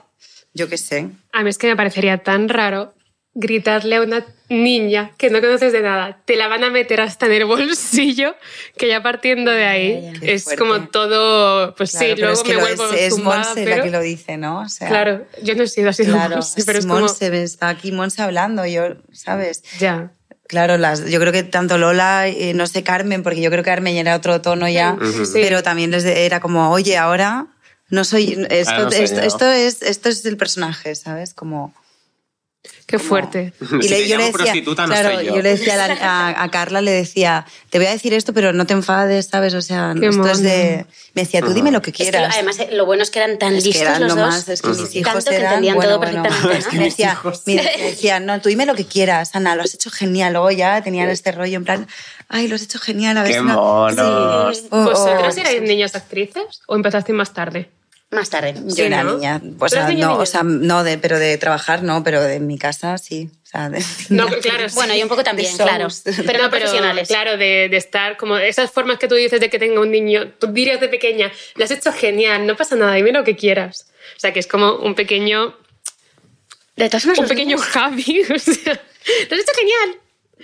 Yo qué sé.
A mí es que me parecería tan raro gritarle a una niña que no conoces de nada, te la van a meter hasta en el bolsillo, que ya partiendo de ahí
Ya, ya.
Qué
es
fuerte.
como todo, pues
Claro,
sí,
pero
luego
es que
me
lo-
vuelvo
es, es
tumbada,
Montse la
pero
que lo dice, ¿no? O sea,
claro, yo no he sido así,
Claro,
pero es
es
como
Montse, me está aquí Monse hablando, yo, ¿sabes?
ya.
Claro, las, yo creo que tanto Lola, eh, no sé Carmen, porque yo creo que Carmen ya era otro tono ya,
Ujú. Sí.
pero también les de- era como, oye, ahora no soy, esto,
Ahora no soy yo".
esto, esto es, esto es el personaje, ¿sabes? Como,
Qué fuerte.
Y
si
le-
te llamo
le decía-
prostituta, no
claro,
soy yo.
le decía a, la- a- a Carla, le decía, te voy a decir esto, pero no te enfades, ¿sabes? O sea,
Qué
esto es de... Me decía, tú dime lo que
Es que,
quieras.
además, eh, lo bueno es que eran tan
Es que
listos
eran
los
lo
dos.
más, es que mis hijos
tanto que
eran,
entendían
bueno,
todo
bueno.
perfectamente. ¿no?
Me decía, mira, me decía, no, tú dime lo que quieras, Ana, lo has hecho genial. Luego ya tenían este rollo en plan, ay, lo has hecho genial, a ver
¡Qué
si no-
monos!
Sí. Oh, O-
¿Vosotras
o-
erais niñas actrices o empezasteis más tarde?
Más tarde.
Yo
Sí,
era
¿no?
niña,
¿Tú
o sea,
eras niña,
no,
niña?
o sea, no de, pero de trabajar no, pero de mi casa sí, o sea, de-
No, claro. sí.
Bueno, yo un poco también,
shows.
claro. Pero no,
No,
profesionales.
Claro, de, de estar como esas formas que tú dices de que tenga un niño, tú dirías de pequeña, lo has hecho genial, no pasa nada, dime lo que quieras. O sea, que es como un pequeño,
De todas formas,
un
los
pequeño Javi. O sea, lo has hecho genial.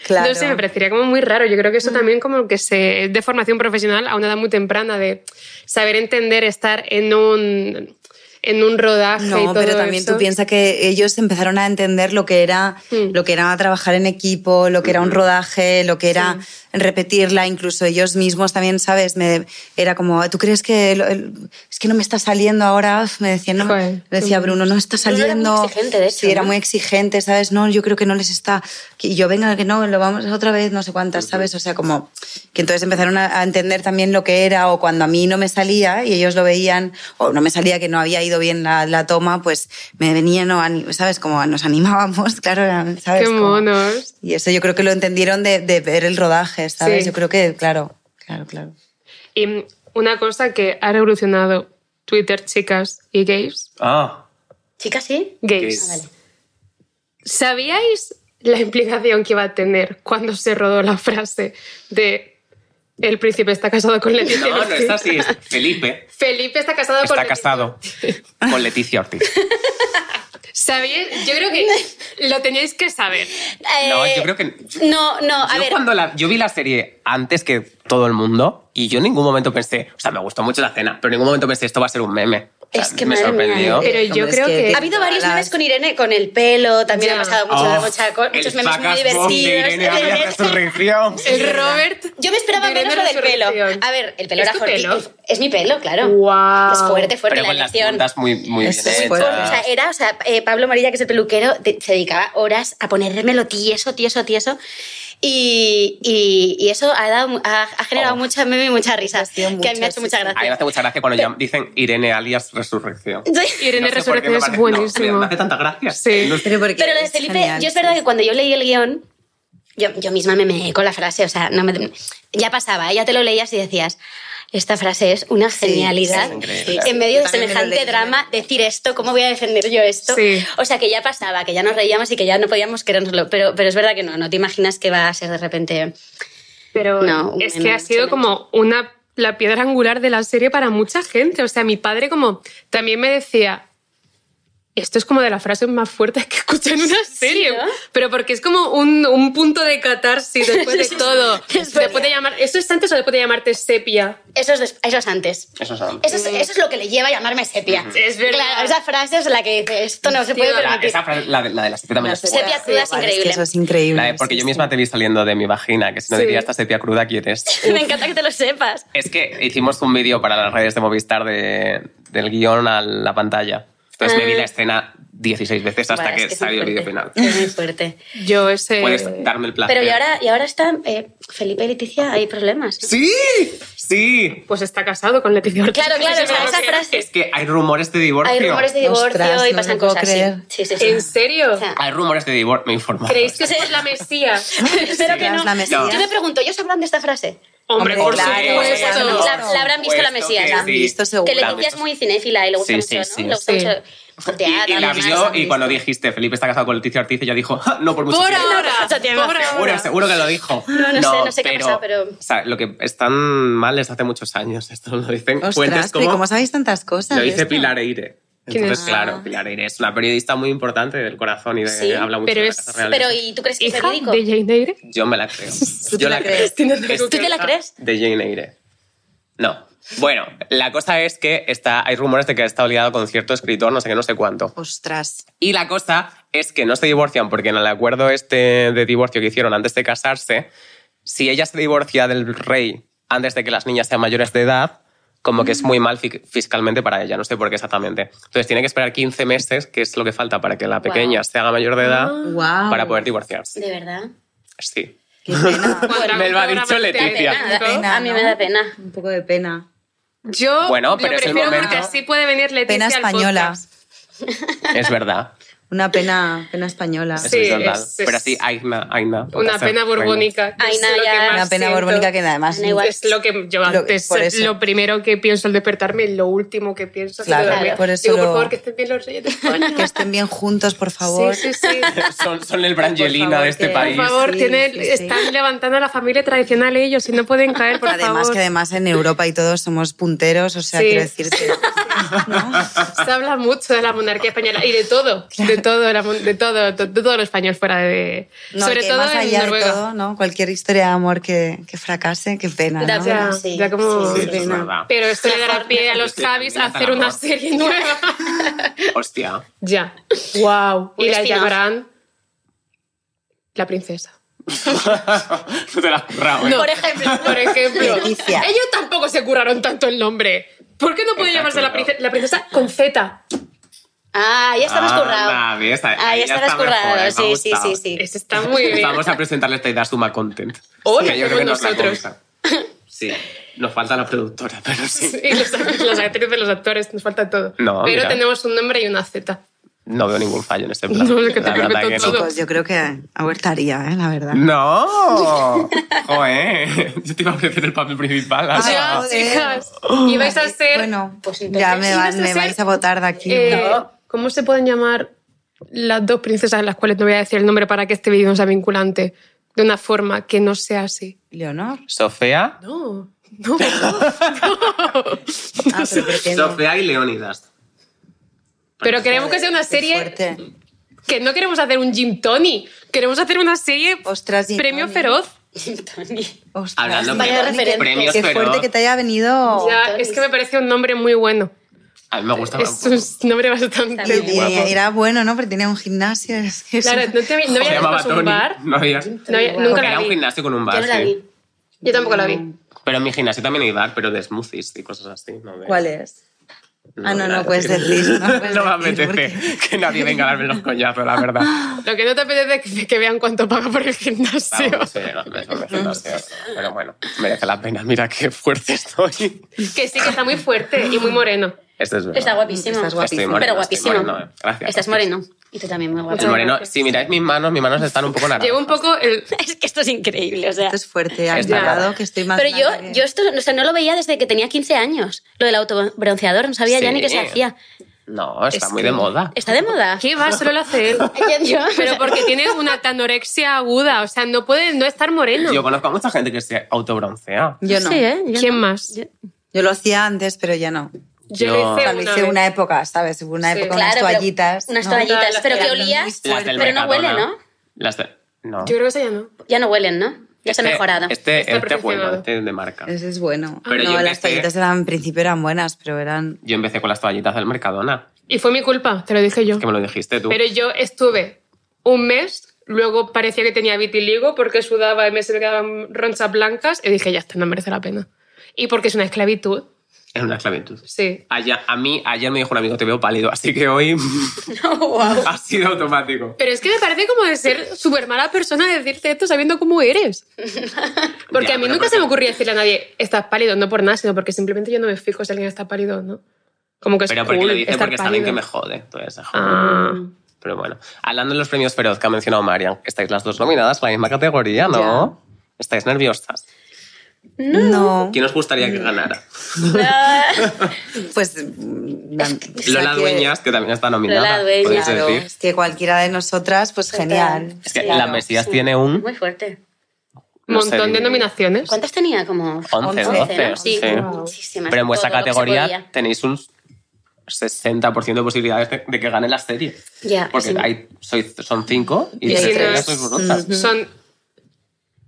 Claro. Mm.
No sé, me parecería como muy raro. Yo creo que eso también como que se es de formación profesional a una edad muy temprana de saber entender estar en un en un rodaje y
No,
todo
pero también
eso.
tú piensas que ellos empezaron a entender lo que era
Mm.
lo que era trabajar en equipo, lo que
Hmm.
era un rodaje, lo que era repetirla, incluso ellos mismos también, ¿sabes? Me, era como, "Ah, ¿tú crees que lo- el- es que no me está saliendo ahora? Uf, Me decían, no, me-
Joder.
me decía Bruno, no está
Bruno era muy
saliendo.
exigente, de hecho,
Sí, era
¿no?
muy exigente, ¿sabes? No, yo creo que no les está y yo venga que no, lo vamos otra vez, no sé cuántas, ¿sabes? O sea, como que entonces empezaron a a entender también lo que era o cuando a mí no me salía y ellos lo veían o no me salía que no había ido bien la, la toma, pues me venían, o ani- ¿sabes? Como nos animábamos, claro, era- ¿sabes?
Qué
Como-
monos.
Y eso yo creo que lo entendieron de, de ver el rodaje, ¿sabes?
Sí.
Yo creo que, claro, claro, claro.
Y una cosa que ha revolucionado Twitter, chicas y gays.
Ah,
Chicas, sí.
Gays.
Ah, vale.
¿Sabíais la implicación que iba a tener cuando se rodó la frase de el príncipe está casado con Leticia?
no, no
Ortiz"?
es así. es Felipe
Felipe está casado con
está
Leticia
casado con Leticia Ortiz.
¿Sabíais? Yo creo que lo teníais que saber.
No,
Eh,
yo creo que-
No, no, a
yo
ver.
cuando la- yo vi la serie antes que todo el mundo y yo en ningún momento pensé, o sea, me gustó mucho la cena, pero en ningún momento pensé esto va a ser un meme. O sea,
Es que
me
madre mía,
sorprendió.
Pero yo
es
creo que-
Ha habido varios
las-
memes con Irene, con el pelo, también
Ya.
ha pasado mucho,
Oh,
mucha co- muchos
el
memes muy
Fagas Bomb de
divertidos.
Irene Abella Resurrección.
El Robert.
Yo me esperaba
Irene
menos lo del pelo.
Resurrección.
A ver, el pelo
¿Es
era
tu
Jordi-
pelo?
el- Es mi pelo, claro.
Guau.
Es fuerte, fuerte
Pero
la
con las
elección.
puntas muy, muy bien
Eso es
hechas.
fuerte.
O sea, era, o sea, eh, Pablo Marilla, que es el peluquero, te- se dedicaba horas a ponérmelo tieso, tieso, tieso. Y, y- y eso ha, dado, mu- ha, ha generado
Oh.
mucha meme y mucha risa. que a
sido
mí me
mucho,
ha hecho mucha
sí,
A mí
sí.
me
gracia.
hace mucha gracia cuando llam- dicen Irene alias Resurrección.
Sí.
Irene
No sé por qué
Resurrección
me
es
parece-
buenísimo.
no, me hace tanta gracia.
Sí.
No-
Pero, porque
Pero lo de Felipe,
genial.
yo es verdad que cuando yo leí el guión, yo, yo misma me meé con la frase, o sea, no me- ya pasaba, ¿eh? ya te lo leías y decías, esta frase es una genialidad.
sí, es increíble.
En medio de
Yo también me lo
semejante
leí.
drama, decir esto, ¿cómo voy a defender yo esto?
Sí.
O sea, que ya pasaba, que ya nos reíamos y que ya no podíamos querérnoslo, pero, pero es verdad que no, no te imaginas que va a ser de repente...
Pero
No,
es
menos,
que ha sido
menos.
como una la piedra angular de la serie para mucha gente. O sea, mi padre como también me decía, esto es como de las frases más fuertes que escuché en una serie.
¿no?
Pero porque es como un, un punto de catarsis después de todo. después de llamar, ¿Esto es antes o después de llamarte sepia?
Eso es, des- eso es antes.
Eso es antes.
Eso es, eso es lo que le lleva a llamarme sepia.
Es verdad.
Claro, esa frase es la que dice, esto no se puede
La,
permitir.
esa frase, la, de, la de la sepia también es fuerte.
Sepia cruda es
Vale,
increíble.
que eso es increíble.
La de- porque
sí,
yo
sí.
misma te vi saliendo de mi vagina, que si no
Sí.
diría esta sepia cruda, ¿quién es?
Me encanta que te lo sepas.
Es que hicimos un vídeo para las redes de Movistar de- del guión a la pantalla. Entonces me vi
Ah.
la escena 16 veces Pues hasta
Buah, es
que,
que es muy
salió el vídeo final.
fuerte. Es muy fuerte.
Yo eh, ese...
Puedes darme el placer.
Pero y ahora, y ahora están eh, Felipe y Leticia, hay problemas. ¿no?
¡Sí! ¡Sí!
Pues está casado con Leticia Ortiz.
Claro, claro, o sea, esa frase.
Es que hay rumores de divorcio.
Hay rumores de divorcio
Ostras,
y
no
pasan
lo puedo
cosas. sí.
creer.
Sí, sí, sí.
¿En serio?
O sea,
Hay rumores de divorcio, me informaron.
¿Creéis que sois la mesía?
Espero que
Tras
no.
la Mesías.
Yo me pregunto, ¿ellos hablan de esta frase?
Hombre,
Hombre,
por
claro,
supuesto.
claro.
La, la habrán visto la
Puesto que
Mesías.
sí.
¿no?
Han visto seguro.
Que
La
Leticia es
visto.
muy cinéfila y le gusta
Sí,
mucho,
sí,
¿no?
sí.
Le gusta
Sí.
mucho el
Y,
teatro.
y la
además.
vio y cuando dijiste Felipe está casado con Leticia Ortiz, ella dijo, "Ja, no por mucho
Por
tiempo".
ahora,
mucho tiempo.
por
Seguro,
ahora.
seguro que lo dijo.
No, no sé, no sé qué ha pasado, pero-
o sea, lo que están mal desde hace muchos años, esto lo dicen
Ostras,
fuentes
pero ¿y
como...
¿cómo sabéis tantas cosas?
Lo
de
dice
esto?
Pilar Eire.
¿Quién
Entonces,
es?
claro, Pilar Eire es una periodista muy importante del corazón y de,
Sí,
habla mucho
pero
de
es-
cosas reales.
Pero ¿y tú crees que es
Hija
verídico?
de Jane Eyre.
Yo me la creo.
te
Yo
la
la creo.
crees?
Tienes razón.
Es
¿Tú te la
hija
crees?
De Jane Eyre. No. Bueno, la cosa es que está, hay rumores de que está ligado con cierto escritor, no sé qué, no sé cuánto.
Ostras.
Y la cosa es que no se divorcian porque en el acuerdo este de divorcio que hicieron antes de casarse, si ella se divorcia del rey antes de que las niñas sean mayores de edad, como que es muy mal fi- fiscalmente para ella, no sé por qué exactamente. Entonces tiene que esperar 15 meses, que es lo que falta para que la pequeña se haga mayor de edad,
Ah.
Ah.
Wow.
para poder divorciarse.
De verdad.
Sí.
Qué pena.
Me lo ha dicho Leticia.
Nada, ¿eh?
pena,
a mí
¿no?
me da pena.
Un poco de pena.
Yo
Bueno,
lo
pero es el
prefiero
momento.
porque así puede venir Leticia
Pena
al
española.
podcast.
Es verdad.
Una pena, pena española.
Eso
Sí,
es verdad.
es- es-
Pero sí, Aina, Aina.
Una pena borbónica. que es
Ay,
lo que
Naya.
más
Una pena
siento.
borbónica que además.
Da igual.
Es lo que yo
Lo-
antes, eh,
por eso.
lo primero que pienso al despertarme y lo último que pienso. al
Claro,
dormir.
por eso
Digo,
lo-
por favor, que estén bien los reyes de España.
Que estén bien juntos, por favor.
Sí, sí, sí.
Son, son el Brangelina
favor,
de este
que-
Por
país.
favor,
Sí,
tienen-
sí, sí.
están levantando a la familia tradicional ellos y no pueden caer, por
además,
favor.
que además en Europa y todos somos punteros, o sea,
Sí.
quiero decirte.
Se habla mucho de la monarquía española y de todo, de todo, la mon- de todo, to- de todo lo español fuera de...
No,
sobre
que
todo
más
en
allá de
Noruega.
todo, ¿no? Cualquier historia de amor que, que fracase, qué pena.
Da
¿no?
pena.
Ya,
Sí,
ya como...
sí,
Sí, eso es verdad.
Pero esto le dará pie a los
Sí,
Javis a
mira, tan
hacer una
amor.
serie nueva.
Hostia.
ya. Wow. Y
Un
la
spin-off.
llamarán la princesa.
No te la has currado, ¿eh?
Por ejemplo. Por ejemplo.
Leticia.
Ellos tampoco se curaron tanto el nombre. ¿Por qué no puede
Está
llamarse la
currado.
princesa, la princesa con Z?
Ah, ya está más
Ah,
currado.
Ahí está,
Ahí
ahí
está
ya
más
mejor, me
currado.
ha
Sí, sí,
gustado.
sí, sí.
Ese Este está muy bien.
Vamos a presentarle esta idea a Suma Content.
Hola,
Que yo
somos
creo que nos la
nosotros.
compra. Sí, nos falta la productora, pero sí.
Y los, las actrices, los actores, nos falta todo.
No,
Pero
mira.
tenemos un nombre y una Z.
No veo ningún fallo en este plan.
No, es que te
La verdad
perfecto
que no.
todo.
Pues yo creo que abortaría, ¿eh? la verdad.
No, joder, yo te iba a ofrecer el papel principal.
Ah,
así.
Ya,
joder. Oh.
chicas. Y vais a ser.
Bueno,
Pues entonces,
ya me, van-
ibas a
me
ser,
vais a votar de aquí.
eh,
No.
¿Cómo se pueden llamar las dos princesas, las cuales no voy a decir el nombre para que este vídeo no sea vinculante, de una forma que no sea así?
Leonor.
Sofía,
No, no.
Ah, pero ¿por qué no?
Sofía y Leónidas.
Pero queremos que sea una
Qué
serie
fuerte.
que no queremos hacer un Jim Tony, queremos hacer una serie
Ostras, Pues Jim
premio
Tony.
feroz.
Tony.
Ostras,
Hablando
Jim
Vaya
Tony, qué-
referente.
premios,
Qué
pero
fuerte que te haya venido.
Ya, es que me parece un nombre muy bueno.
a mí me gusta.
Es un nombre bastante
Y-
También.
guapo.
y- y era bueno, ¿no? Porque tenía un gimnasio. es que eso-
Claro, no te había- no
Se
había
llamaba
visto un
Tony.
bar.
No había.
No había-
Wow.
nunca
Era
la
un
vi.
gimnasio con un bar.
Yo no la
sí.
vi.
Yo tampoco la vi.
Pero en mi gimnasio también hay bar, pero de smoothies y cosas así. No de-
¿Cuál es? Ah, no,
nada
no puedes
que ver.
decir, no puedes
No me
decir,
apetece que nadie venga a darme los coñazos, la verdad.
Lo que no te apetece es que, que vean cuánto paga por el gimnasio.
Vamos, sí, no, no, no, no, sí, no. Pero bueno, merece la pena. Mira qué fuerte estoy.
Que sí, que está muy fuerte y muy moreno.
Esto es verdad.
Está guapísimo.
Estás guapísimo.
Estoy moreno,
Pero
estoy
guapísimo.
moreno, eh. Gracias.
Estás moreno. Y tú también muy guapo.
El moreno, si miráis mis manos, mis manos están un poco naranjas.
Llevo un poco el...
Es que esto es increíble, o sea.
Esto es fuerte.
Está
Ha
raro.
llegado que estoy más.
Pero
blanca
yo,
que-
yo esto o sea, no lo veía desde que tenía 15 años. Lo del autobronceador, no sabía ya
Sí.
ni que se hacía.
No, está
Es
muy
que-
de moda.
¿Está de moda?
¿Qué va? Solo lo hace él.
Yo-
Pero porque tiene una tanorexia aguda. O sea, no puede no estar moreno.
Yo conozco a mucha gente que se autobroncea.
Yo no.
Sí, ¿eh? Yo
¿Quién
no.
más?
Yo-
Yo lo hacía antes, pero ya no.
Yo,
Yo-
lo
O sea,
hice
lo
una
hice
vez.
una época, ¿sabes? Hubo una
Sí.
época
Claro,
unas
pero
toallitas.
Unas
¿no?
toallitas, pero que
Eran
olías.
Las del
Pero no
Mercadona.
huele, ¿no?
Las de... No.
Yo creo que esa ya no.
Ya no huelen, ¿no? Ya se ha
Este-
mejorado.
Este,
Está
este es bueno,
perfeccionado.
este es de marca.
Ese es bueno.
Pero yo
no, las
empecé-
toallitas eran, en principio eran buenas, pero eran.
Yo empecé con las toallitas del Mercadona,
Y fue mi culpa, te lo dije yo.
que me lo dijiste tú.
Pero yo estuve un mes, luego parecía que tenía vitiligo porque sudaba y me se me quedaban ronchas blancas y dije, ya está, no merece la pena. Y porque es una esclavitud,
Es una esclavitud.
sí.
Ayer- a mí, ayer me dijo un amigo, te veo pálido, así que hoy ha sido automático.
Pero es que me parece como de ser súper mala persona decirte esto sabiendo cómo eres. Porque
Ya,
a mí nunca se me
pero por ejemplo-
ocurría decirle a nadie, estás pálido, no por nada, sino porque simplemente yo no me fijo si alguien está pálido o no. Como que es
Pero porque
cool
le dicen
estar
porque saben
pálido.
que Mm. me jode. Entonces, se jode.
Ah.
Pero bueno, hablando de los premios Feroz que ha mencionado Marian, estáis las dos nominadas a la misma categoría, ¿no? ¿Estáis nerviosas?
No.
¿Quién os gustaría que ganara?
Ah,
Pues. mm, o sea,
Lola
que-
Dueñas, que también está nominada.
Lola Dueñas.
podéis
Claro,
decir.
es que cualquiera de nosotras, pues genial.
Es que
Claro.
la Mesías tiene un
Muy fuerte.
No sé,
Montón de
ni-
nominaciones.
¿Cuántas tenía? Como
11, 12.
¿no?
sí.
Sí,
Wow.
muchísimas.
Pero en vuestra
Todo lo que se
categoría
podía.
tenéis un 60% de posibilidades de, de que gane la serie.
Ya,
Porque
Ah, sí.
hay, sois- son 5 y
Y
tres
si
de
no
ellas
es-
sois vosotras.
Son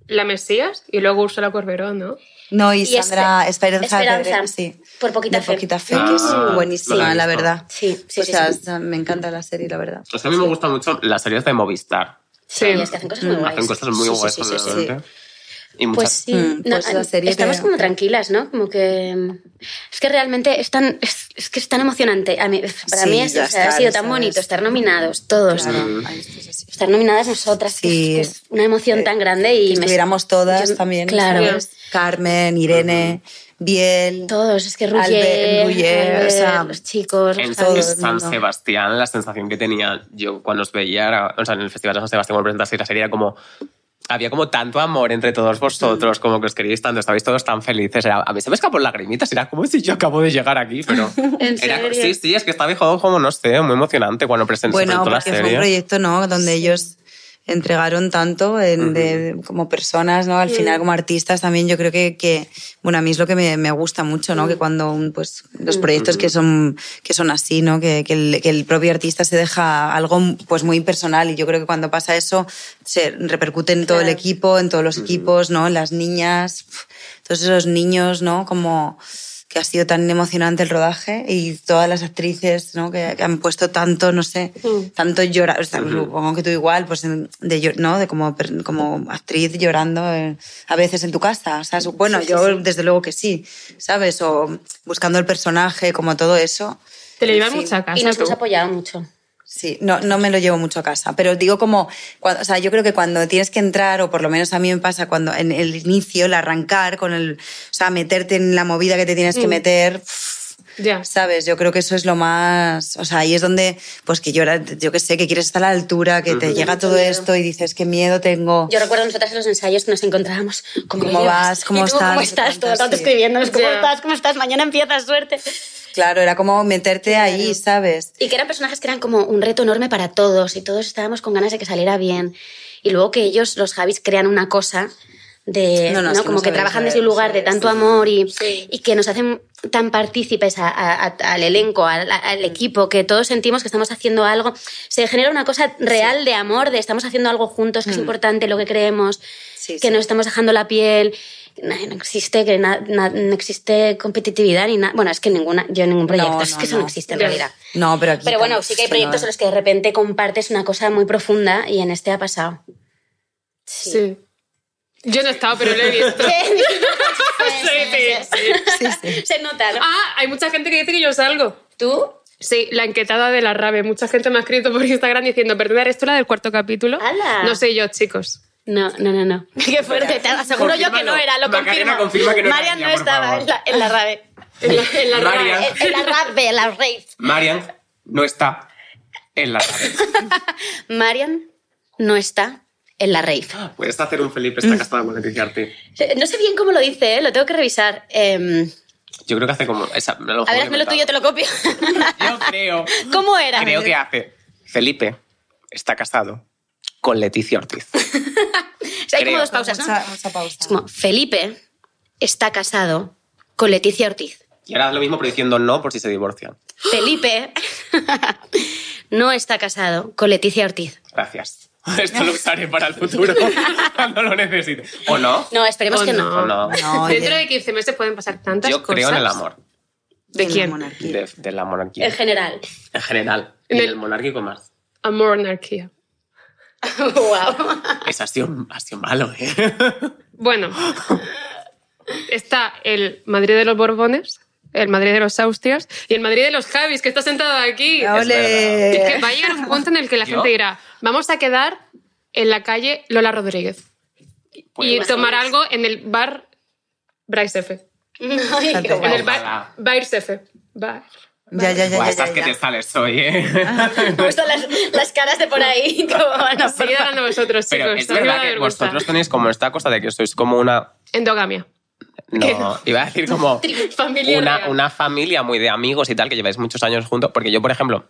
la Mesías y luego Úrsula Corberó, ¿no?
No, y,
Y este es-
Sandra Esperanza.
Esperanza,
de- sí.
por poquita
de
fe.
Poquita Fe, que es
Ah, lo he
buenísima, la
visto.
verdad.
Sí, sí,
o
sí,
sea,
sí.
me encanta la serie, la verdad.
O sea, a mí me gustan mucho las series de Movistar.
Sí, es que hacen cosas muy guays.
Mm, Hacen cosas muy
Sí, sí,
guays,
sí, sí, sí.
realmente. Y muchas,
Pues sí,
Mm,
no,
pues la serie
estamos
que-
como tranquilas, ¿no? Como que es que realmente es tan es, es que es tan emocionante. A mí, para
Sí,
mí es-
ya
o sea, ha
está,
sido
lo
tan
sabes.
bonito estar nominados todos,
Claro, ay, esto es así.
estar nominadas nosotras, que
Sí.
es- que es una emoción
Eh,
tan grande y
que
me-
estuviéramos todas
yo-
también.
claro.
¿sabes? Carmen, Irene, Biel.
todos, es que
Albert,
Ruyer,
Ruyer,
Albert,
o sea,
los chicos,
En
los
todo
en
el
Javis,
San
mundo.
Sebastián, la sensación que tenía yo cuando os veía, era- o sea, en el Festival de San Sebastián, cuando presentaste la serie, era como. Había como tanto amor entre todos vosotros, como que os queríais tanto, estabais todos tan felices. Era- a mí se me escapó lagrimitas, era como si yo acabo de llegar aquí, pero.
¿En
era-
serio?
sí, sí, es que estaba hijo como, no sé, muy emocionante cuando presentó,
Bueno,
la
porque fue un
serie.
proyecto, ¿no? Donde ellos entregaron tanto en- de- como personas, ¿no? Al final como artistas también yo creo que, que, bueno, a mí es lo que me, me gusta mucho, ¿no? Que cuando un, pues los proyectos que son que son así, ¿no? Que, que el, que el propio artista se deja algo pues muy personal y yo creo que cuando pasa eso se repercute en todo el
Claro.
equipo, en todos los equipos, ¿no? En las niñas, pf, todos esos niños, ¿no? Como que ha sido tan emocionante el rodaje y todas las actrices ¿no? que, que han puesto tanto, no sé, tanto llorar, o sea, supongo que tú igual, pues en- de, llor- ¿no? de como, per- como actriz llorando eh, a veces en tu casa, ¿sabes? Bueno, yo desde luego que sí, ¿sabes? O buscando el personaje, como todo eso.
Te lo llevas
Sí.
mucho a casa.
y nos
tú.
hemos apoyado mucho.
Sí, no, no me lo llevo mucho a casa, pero digo como, cuando- o sea, yo creo que cuando tienes que entrar, o por lo menos a mí me pasa cuando en el inicio, el arrancar con el, o sea, meterte en la movida que te tienes que meter, uf,
Ya.
¿Sabes? Yo creo que eso es lo más. O sea, ahí es donde, pues que llora, yo que sé, que quieres estar a la altura, que te llega todo
miedo.
esto y dices, qué miedo tengo.
Yo recuerdo nosotras en los ensayos que nos encontrábamos. ¿Cómo,
¿Cómo
llevas?
vas? ¿Cómo
¿Y tú
estás?
¿Cómo estás? Todo el rato
Sí.
escribiéndonos. ¿Cómo
Ya.
estás? ¿Cómo estás? Mañana empiezas, suerte.
Claro, era como meterte ahí, ¿sabes?
Y que eran personajes que eran como un reto enorme para todos y todos estábamos con ganas de que saliera bien. Y luego que ellos, los Javis, crean una cosa de
No, no,
¿no?
es que
como
no
que
sabes,
trabajan
a ver,
desde un
no
lugar de
sabes,
tanto amor y, y que nos hacen tan partícipes a- a- a- al elenco, al, al equipo, que todos sentimos que estamos haciendo algo. Se genera una cosa real de amor, de estamos haciendo algo juntos, que es importante lo que creemos,
Mm. Sí,
que
sí.
nos estamos dejando la piel. No, no existe que na- na- no existe competitividad ni nada. Bueno, es que ninguna, yo en ningún proyecto,
No,
es
no,
que eso
no.
no existe en
Ya.
realidad.
No, pero aquí.
Pero bueno,
tampoco,
sí que hay
no,
proyectos en los que de repente compartes una cosa muy profunda y en este ha pasado.
Sí. Yo no he estado, pero lo he visto. Sí, sí, sí.
Se nota, ¿no?
Ah, hay mucha gente que dice que yo salgo.
¿Tú?
Sí, la enquetada de la rave. Mucha gente me ha escrito por Instagram diciendo, perdona, ¿eres tú la del cuarto capítulo?
¡Hala!
No sé yo, chicos.
No, no, no, no. Qué fuerte, te aseguro yo que no era, lo
Macarena,
confirmo.
confirma que no era
Marian
ella,
no
por
estaba
favor.
en la, en la rave.
En la, en la
María.
rave.
En, en la rave, en la rave.
Marian no está en la rave.
Marian no está en la rave.
Puedes hacer un Felipe está casado con Leticia Ortiz.
Eh, No sé bien cómo lo dice, ¿eh? lo tengo que revisar. Em,
Yo creo que hace como. Esa, me lo
a ver,
juro que
hazme lo
me
tuyo, te lo copio.
Yo creo.
¿Cómo era?
Creo que hace. Felipe está casado con Leticia Ortiz.
O sea, hay como
creo.
dos pausas, ¿no?
Mucha, mucha pausa.
Es como, Felipe está casado con Leticia Ortiz.
Y ahora haz lo mismo, pero diciendo no por si se divorcian.
Felipe no está casado con Leticia Ortiz.
Gracias. Esto lo usaré para el futuro cuando lo necesite. ¿O no?
No, esperemos
Oh,
que no.
¿O no?
No, oye,
Dentro de 15 meses pueden pasar tantas
Yo
cosas.
creo en el amor.
¿De
la
quién?
monarquía.
De, de la monarquía.
En general.
En general. Y
En el-
del monárquico más.
Amor, anarquía.
wow.
Eso ha sido, ha sido malo, ¿eh?
Bueno, está el Madrid de los Borbones, el Madrid de los Austrias y el Madrid de los Javis, que está sentado aquí.
¡Ole!
Es que va a llegar un punto en el que la
¿Yo?
gente dirá, vamos a quedar en la calle Lola Rodríguez
Pues,
y tomar algo en el bar Bryce F. En el bar
Ojalá.
Bryce F. Bar.
Ya, ya, ya,
Buah,
ya,
estas
ya,
que
ya.
te sales hoy, ¿eh?
Me gustan las, las caras de por ahí. como, no, por
Seguid
favor.
hablando vosotros, chicos.
Pero es
a mí me da
verdad que
vergüenza.
vosotros tenéis como esta cosa de que sois como una...
Endogamia. ¿Qué?
No, iba a decir como...
Familia
una,
real.
una familia muy de amigos y tal, que lleváis muchos años juntos. Porque yo, por ejemplo,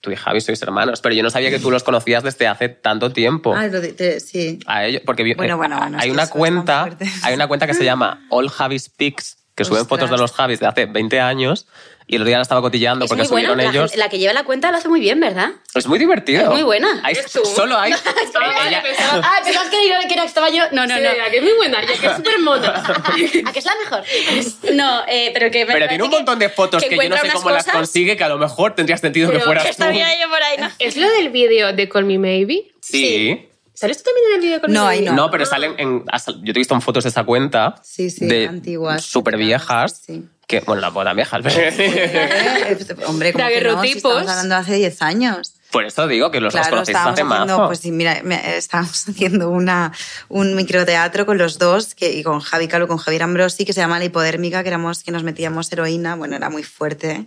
tú y Javi sois hermanos, pero yo no sabía que tú los conocías desde hace tanto tiempo.
Ah, lo de- te- sí.
A ellos, porque vi-
Bueno,
eh,
bueno, bueno,
hay
es que
una
eso es
cuenta,
tan fuerte.
hay una cuenta que se llama All Javis Pics, que suben
Ostras.
fotos de los Javis de hace 20 años y el otro día la estaba cotillando
Es
porque
muy buena.
subieron
La,
ellos.
gente- la que lleva la cuenta lo hace muy bien, ¿verdad?
Es muy divertido.
Es muy buena.
Hay-
Es tú.
solo hay
Ah, vale,
ella-
pensaba-
Ah, pensabas que, yo- que era- estaba yo. No, no,
Sí,
no.
a que es muy buena, ya que es súper mona.
¿A que es la mejor? No, eh, pero que me
pero tiene un
parece
montón de fotos que, yo no
encuentra
sé
unas
cómo las
cosas
consigue, que a lo mejor tendría sentido que
Pero
fueras
que
tú.
estaría yo por ahí, ¿no?
¿Es lo del vídeo de Call Me Maybe?
Sí.
¿Sales tú también en el vídeo con
No,
el
ahí
vídeo?
No,
No.
pero salen en. hasta- Yo te he visto en fotos de esa cuenta.
Sí, sí,
de
antiguas.
Súper viejas.
Sí.
Que, bueno, las bodas viejas. pero-
Eh, eh, Hombre, como que no, si
Daguerrotipos.
estamos hablando hace 10 años.
Por eso digo que los los
Claro,
conocéis
estábamos
hace más.
haciendo, pues sí, mira, me- estábamos haciendo una, un microteatro con los dos que, y con Javi Calo, con Javier Ambrosi, que se llama La Hipodérmica, que éramos que nos metíamos heroína, bueno, era muy fuerte. ¿eh?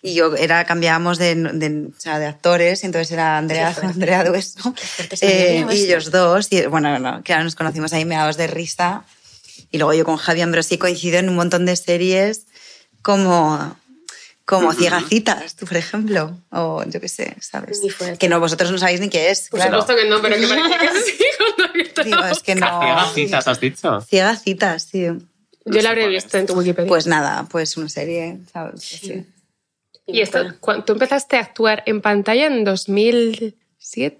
Y yo era, cambiábamos de, de, o sea, de actores, y entonces era Andrea, Andrea Dueso.
fuerte, sí,
eh,
Andrea
y
Dueso.
ellos dos, y bueno, no, claro, nos conocimos ahí meados de risa. Y luego yo con Javi Ambrosi coincido en un montón de series como como ciegacitas, tú, por ejemplo, o yo qué sé, ¿sabes?
Muy fuerte.
Que no, vosotros no sabéis ni qué es,
Por
claro.
supuesto que no, pero que parece que sí, cuando he abierto
Digo,
la
es que no...
Ciegas citas, has dicho.
Ciegacitas, sí.
boca. Yo la habré visto en tu Wikipedia.
Pues nada, pues una serie, ¿sabes? Sí.
y esto, cuan- tú empezaste a actuar en pantalla en 2007.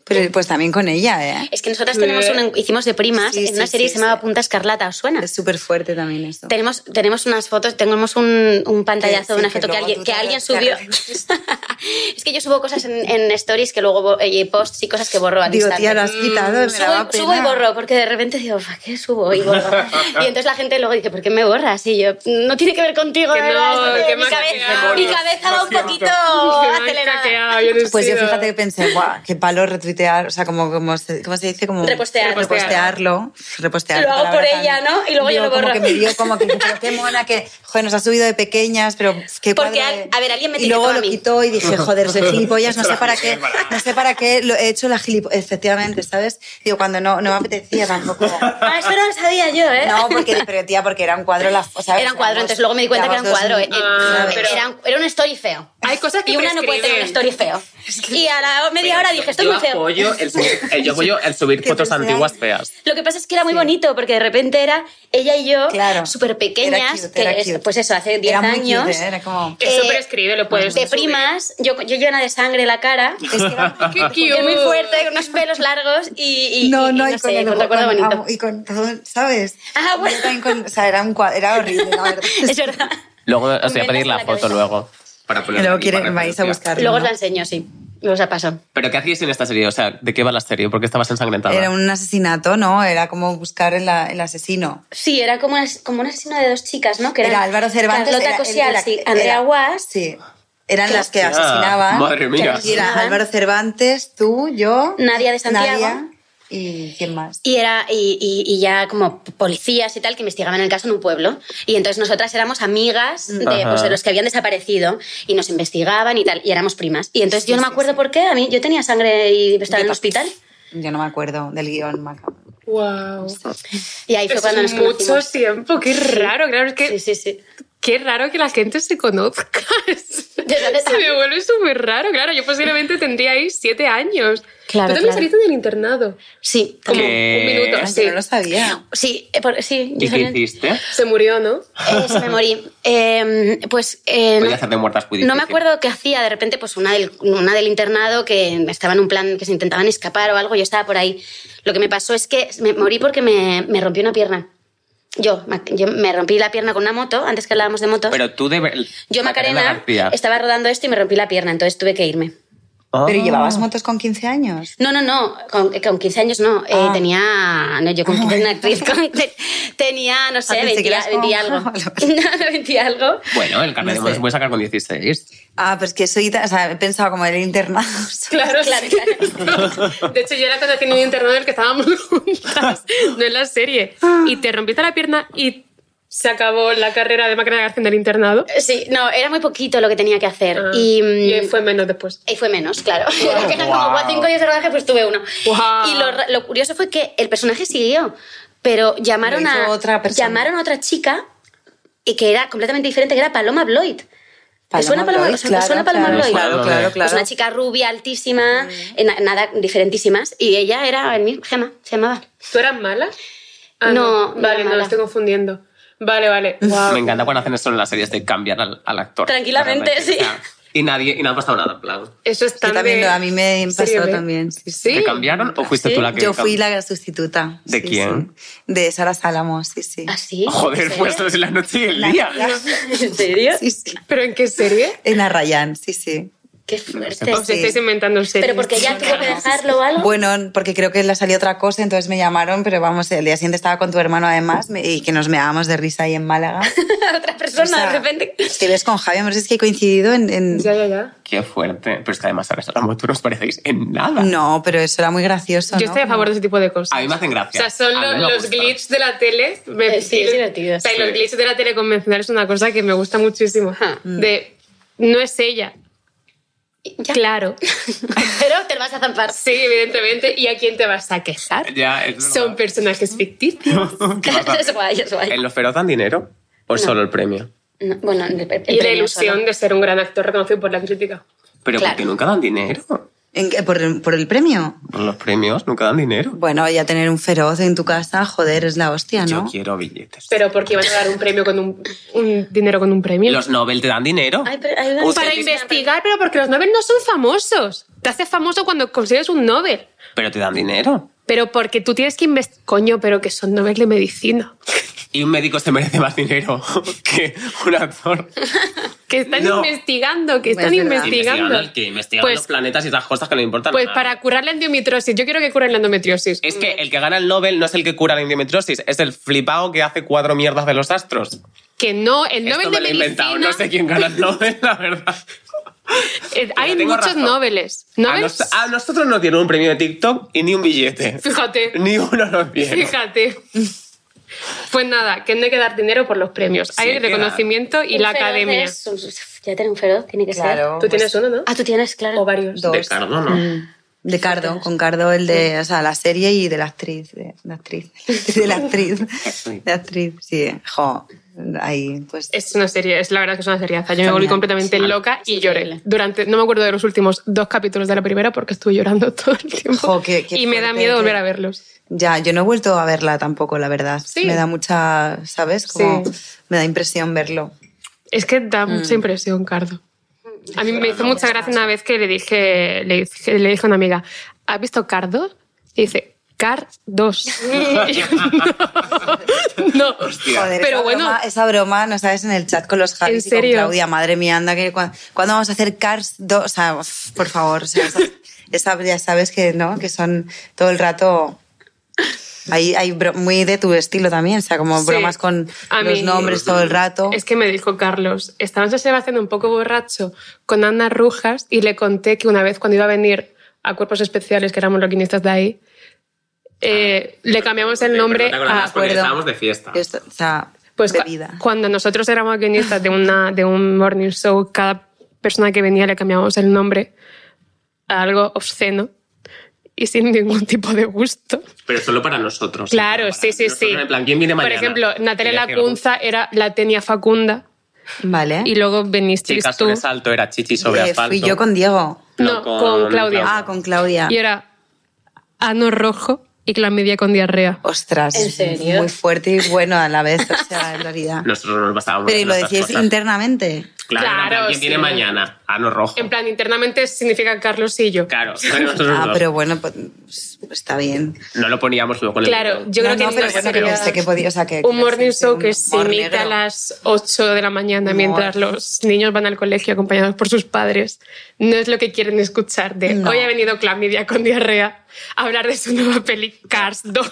Pero pues también con ella, ¿eh?
Es que nosotras tenemos
Eh.
un- hicimos de primas
Sí,
en una
sí,
serie
sí,
que se llamaba
sí.
Punta Escarlata, ¿os suena?
Es súper fuerte también eso.
Tenemos, tenemos unas fotos, tenemos un, un pantallazo
Sí,
de una
que
foto que
luego
alguien,
tú
que
te
alguien subió.
arre- te
es que yo subo cosas en, en stories que luego bo- y posts y cosas que borro al
Digo,
instante. Mm,
tía, lo has quitado, me daba
Subo, y-
pena.
subo y borro, porque de repente digo, "Fa, ¿qué subo? Y borro. y entonces la gente luego dice, ¿por qué me borras? Y yo, no tiene que ver contigo,
Que
de verdad,
no,
es de
que me
mi,
has
cabeza,
hackeado.
mi cabeza va un poquito
Que me han
acelerada.
hackeado, yo no he
Pues yo
sido.
fíjate que pensé, guau, qué palo retuitear, o sea, como, como se, ¿cómo se dice? Como
Repostear.
Repostearlo. Repostear.
Lo hago
palabra
por ella, ¿no? Y luego yo
Digo,
lo borro.
Como que me dio como que, pero qué mona, que, joder, nos ha subido de pequeñas, pero
Porque
qué cuadra
al-
de-
a ver, alguien me
Y
etiquetó
luego
a
lo
mí.
quitó y dije, joder, soy gilipollas,
He
no
hecho
sé
la
para qué,
gilipollas.
no sé para qué lo he hecho la gilipollas, efectivamente, ¿sabes? Digo, cuando no, no me apetecía tampoco.
Ah, eso no lo sabía yo, ¿eh?
No, porque, pero tía, porque era un cuadro, la, o sea,
Era un cuadro, entonces
éramos-
luego me di cuenta que era un
éramos
cuadro.
dos-
eh, eh,
Ah,
¿sabes?
pero-
era, un- era un story feo.
Hay cosas que
Y una no puede tener un
prescriben.
story feo. Y a la media hora dije, estoy
yo
muy feo.
Apoyo el, subir- eh, yo apoyo el subir
Que
fotos
pensé, ay.
antiguas feas.
Lo que pasa es que era muy bonito porque de repente era ella y yo,
Claro.
súper pequeñas,
Era cute, era
que es-
cute.
pues eso, hace 10
Era muy cute,
años,
era como... pues,
Eso
eh,
prescribe, lo puedes
de
subir.
primas, yo, yo llena de sangre la cara,
Es que era-
Qué
yo
cute.
Ah. muy fuerte, con unos pelos largos y, y-
no,
y-
no,
y
y
no
con
sé, fue
el
un
ojo-
recuerdo
con-
bonito.
y con todo, ¿sabes?
Ah, bueno.
Yo también con- o sea, era, un cuadro, era horrible, la verdad.
Es verdad.
Luego os voy a
Inventas
pedir
en
la,
la
foto
cabeza.
luego. Para
Y
ponerla
luego
aquí para
quiere, vais a
referencia.
buscarlo.
Luego os
¿no?
la enseño, sí. Luego os la paso.
¿Pero qué hacíais en esta serie? O sea, ¿de qué va la serie? ¿Por qué estabas ensangrentada?
Era un asesinato, ¿no? Era como buscar el, el asesino.
Sí, era como, una- como un asesino de dos chicas, ¿no? Que eran
Era Álvaro Cervantes.
Carlota
era-
Cosial
era-
y
era-
Andrea Guas.
Sí. Eran las que
Ah,
asesinaban.
Madre mía.
Y era
Asesinaban.
Álvaro Cervantes, tú, yo.
Nadia de Santiago.
Nadia y quién más.
Y, era, y, y- y ya como policías y tal que investigaban el caso en un pueblo. Y entonces nosotras éramos amigas de,
Ajá.
pues, de los que habían desaparecido y nos investigaban y tal. Y éramos primas. Y entonces yo no me acuerdo por qué. A mí yo tenía sangre y estaba en el
Yo
hospital.
Yo no me acuerdo del guión, Maca.
Wow.
Y ahí fue
Es
cuando nos
mucho
conocimos.
tiempo, qué raro, claro, es que
Sí, sí, sí.
qué raro que la gente se conozca.
dónde
se me vuelve súper raro, claro, yo posiblemente tendría ahí siete años.
Claro,
Tú también
claro.
saliste del internado,
Sí,
como
¿Qué?
un minuto,
Ay,
sí.
yo no lo sabía.
sí, eh, por- sí. yo
¿Y qué
soy-
hiciste?
Se murió, ¿no?
Eh, se me morí. Eh, pues. eh,
Podía
no-
hacer de muertas muy
No
difícil.
me acuerdo qué hacía, de repente, pues una del, una del internado que estaba en un plan que se intentaban escapar o algo, yo estaba por ahí. Lo que me pasó es que me morí porque me, me rompí una pierna. Yo, ma- yo me rompí la pierna con una moto, antes que hablábamos de motos.
Pero tú de ver-
yo, Macarena,
García.
estaba rodando esto y me rompí la pierna, entonces tuve que irme.
Ah.
Pero llevabas motos con 15 años.
No, no, no, con, con 15 años no, eh,
Ah.
tenía, no, yo con 15 era una actriz, con- te- tenía, no sé,
Ah,
20,
pensé que eras como-
20 algo. No, no, 20 algo.
Bueno, el carnet de
No
motos
sé.
se puede sacar con 16.
Ah, pero es que soy, ta- o sea, he pensado como el internado.
Claro,
Claro,
sí.
claro.
De hecho, yo la conocí en un internado en el que estábamos juntas, no en la serie. Y te rompiste la pierna y se acabó la carrera de máquina de García del internado. Ah,
Sí, no, era muy poquito lo que tenía que hacer.
Ah.
y, mm,
y fue menos después.
Y fue menos, claro. Porque eran
Wow.
como cuatro, cinco días de rodaje, pues tuve uno.
Wow.
Y lo, ra- lo curioso fue que el personaje siguió, pero llamaron
Lo hizo
a
otra persona.
llamaron a otra chica y que era completamente diferente, que era Paloma Bloyd. ¿Te suena Paloma
Bloy,
Bloyd? ¿Te suena Paloma
claro,
Bloyd?
Claro,
Paloma
claro,
Bloy.
claro. Mm.
Pues una chica rubia, altísima, eh, na- nada, diferentísimas. Y ella era el mismo, Gemma, se llamaba.
¿Tú eras mala?
No, no era
Vale, no, lo
mala.
estoy confundiendo. Vale, vale. Wow.
Me encanta cuando hacen eso en las series de cambiar al, al actor.
Tranquilamente,
De repente,
sí.
o sea, Y nadie, y no ha pasado nada, en plan.
Eso es
Sí,
tan
también
de-
lo- a mí me pasó
serie B.
también, sí,
Sí.
¿Te cambiaron o fuiste
Sí.
tú la que.?
Yo fui la sustituta.
¿De
sí,
quién?
sí. De Sara Salamos, sí, sí.
Así.
Joder, pues en la noche y el día.
¿En serio?
Sí, sí.
¿Pero en qué serie?
En Arrayán, sí, sí.
Qué fuerte.
Os estáis inventando el serio.
Pero porque ella tuvo que dejarlo o algo.
Bueno, porque creo que le salió otra cosa, entonces me llamaron, pero vamos, el día siguiente estaba con tu hermano además me- y que nos meábamos de risa ahí en Málaga.
Otra persona
O sea,
de repente.
Te ves con Javi, hombre, es que he coincidido en... en-
Ya, ya, ya.
Qué fuerte. Pero es que además ahora somos tú no os parecéis en nada.
No, pero eso era muy gracioso.
Yo
¿no?
estoy a favor de ese tipo de cosas.
A mí me hacen
O
gracia.
sea, son
A mí
los,
me
los
gusta.
glitches de la tele. Me-
Eh, sí, es divertido,
O sea, y
sí.
los glitches de la tele convencional es una cosa que me gusta muchísimo.
Ajá.
Mm.
De, no es ella.
Ya.
Claro.
Pero te lo vas a zampar.
Sí, evidentemente. ¿Y a quién te vas a quejar?
Ya, es
Son
verdad.
personajes ficticios.
¿Qué pasa?
es guay, es guay.
¿En los feroz dan dinero? ¿O solo el premio?
No, bueno, el- el
Y la
premio
ilusión
solo.
de ser un gran actor reconocido por la crítica.
Pero
Claro.
porque nunca dan dinero.
¿En qué? ¿Por, el, por el premio?
Por los premios nunca dan dinero.
Bueno, ya tener un feroz en tu casa, joder, es la hostia,
Yo
¿no?
quiero billetes.
Pero porque iban a dar un premio con un, un dinero con un premio.
¿Los Nobel te dan dinero?
Ay, pero hay una-
Ustedes
Para
Sí, sí, sí.
investigar, pero porque los Nobel no son famosos. Te haces famoso cuando consigues un Nobel.
Pero te dan dinero.
Pero porque tú tienes que investigar. Coño, pero que son Nobel de medicina.
Y un médico se merece más dinero que un actor.
Que están
No.
investigando, que
Es
están
verdad.
investigando.
al que investigan
Pues-
los planetas y esas cosas que no importan.
Pues
nada.
para curar la endometriosis. Yo quiero que curen la endometriosis.
Es que el que gana el Nobel no es el que cura la endometriosis, es el flipado que hace cuatro mierdas de los astros.
Que no, el
Esto
Nobel
me
de
lo he inventado,
medicina.
no sé quién gana el Nobel, la verdad.
eh, Hay
tengo
muchos
razón.
Nobeles.
A,
Nobel.
nos- a nosotros nos dieron un premio de TikTok y ni un billete.
Fíjate.
Ni uno nos dieron.
Fíjate. Pues nada, que no hay que dar dinero por los premios.
Sí,
hay
hay que dar.
reconocimiento y
Un
la
feroz
academia.
es un- ya tener un feroz tiene que
Claro.
Tú
Pues-
tienes uno, ¿no?
ser. Ah, tú tienes, claro.
O varios.
Dos.
De Cardo, ¿no?
Mm.
De Cardo, con Cardo, el de, o sea, la serie y de la actriz, de la actriz, de la actriz, de la actriz, sí, jo, ahí, pues,
Es una serie, es la verdad que es una seriaza. Yo me volví
Genial.
completamente loca y lloré.
increíble.
Durante, no me acuerdo de los últimos dos capítulos de la primera porque estuve llorando todo el tiempo.
Jo, qué- qué
y me da
fuerte,
miedo
qué-
volver a verlos.
ya, yo no he vuelto a verla tampoco, la verdad,
Sí.
me da mucha, ¿sabes? Como,
Sí.
me da impresión verlo.
Es que da
Mm.
mucha impresión, Cardo. A mí me hizo mucha gracia una vez que le dije, le dije, le dije a una amiga, ¿has visto Cardo? Y dice, Car 2. no.
Joder,
Pero
esa
bueno.
broma, esa broma, no sabes, en el chat con los Javis
¿En
y con
serio?
Claudia, madre mía, anda, que cua- ¿cuándo vamos a hacer Cars 2? O sea, uf, por favor, o sea, esa- esa- ya sabes que, ¿no? Que son todo el rato... Ahí, ahí bro- muy de tu estilo también, o sea, como
Sí.
bromas con
A
los
mí-
nombres todo el rato.
Es que me dijo Carlos, estaba en San Sebastián un poco borracho con Ana Rujas y le conté que una vez cuando iba a venir a Cuerpos Especiales, que éramos los guionistas de ahí, eh, le cambiamos el nombre ah, a...
porque acuerdo. estábamos
de fiesta.
Esto- o sea,
Pues cua-
bebida.
cuando nosotros éramos guionistas de, una, de un morning show, cada persona que venía le cambiábamos el nombre a algo obsceno y sin ningún tipo de gusto.
Pero solo para nosotros.
Claro, sí, sí, sí. Por ejemplo, Natalia Lacunza era la tenía Facunda
Vale.
y luego viniste
Chicas
tú.
sobre salto era chichi sobre
Eh,
asfalto.
fui yo con Diego.
No, con Claudia.
Ah, con Claudia.
Y era ano rojo y clamidia con diarrea.
Ostras,
¿En serio?
muy fuerte y bueno a la vez, o sea, en realidad.
Nosotros nos pasábamos.
Pero y
en
lo
nuestras
decías
cosas.
internamente.
Claro, en plan,
Claro,
¿quién
sí.
viene mañana? Ano rojo.
En plan, internamente significa Carlos y yo.
Claro, pero nosotros
Ah,
no.
pero bueno, pues, está bien.
no lo poníamos luego con el
Claro, yo creo
No,
que
no, pero
tiene
bueno,
que
que
ser
pensé que podía, o sea, que
un
quiero
morning
decirte,
show
un
que
humor
se imita a
negro.
las 8 de la mañana
Humor.
mientras los niños van al colegio acompañados por sus padres. No es lo que quieren escuchar de
No.
hoy ha venido Clamidia con diarrea a hablar de su nueva peli Cars 2.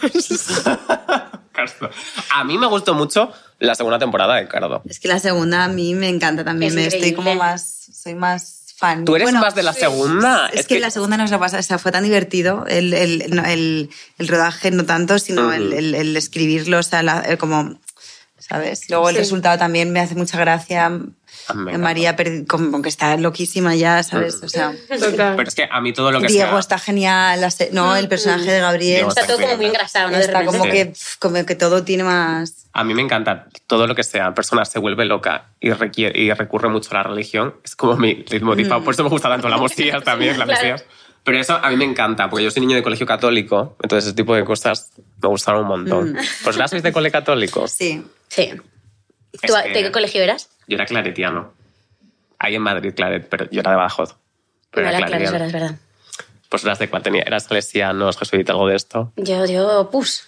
Cardo. A mí me gustó mucho la segunda temporada de Cardo.
Es que la segunda a mí me encanta también.
Es
me estoy
increíble.
como más. Soy más fan.
Tú eres
Bueno,
más de la
sí.
segunda.
Es, que, la segunda nos la pasa, o sea, fue tan divertido el, el, no, el- el rodaje, no tanto, sino
Ujú.
el, el- el escribirlo, o sea, la- el como, ¿sabes? Luego el
Sí.
resultado también me hace mucha gracia.
encanta.
Eh, María, perdi- como que está loquísima ya, ¿sabes? O sea,
Total.
Pero es que a mí todo lo que
Diego
sea-
está genial, la se- ¿no? El personaje de Gabriel.
Diego
Está todo como muy engrasado, ¿no? De
Está
repente.
como
Sí.
que, pf, como que todo tiene más...
A mí me encanta todo lo que sea. Persona se vuelve loca y, requiere, y recurre mucho a la religión. Es como mi leitmotiv. Por eso me gusta tanto la mostillas también, la
Claro.
mesías. Pero eso a mí me encanta, porque yo soy niño de colegio católico, entonces ese tipo de cosas me gustaron un
Mm.
montón. ¿Vosotras sois de cole católico?
Sí.
Sí.
Es
¿Tú,
que
¿De qué colegio eras?
Yo era claretiano. Ahí en Madrid, claret, pero yo era de Badajoz. Pero
Vale,
era
claro, es
claretiano.
verdad, es verdad.
¿Vosotras de cuál tenía? ¿Eras salesianos, jesuita, algo de esto?
Yo, yo, pus.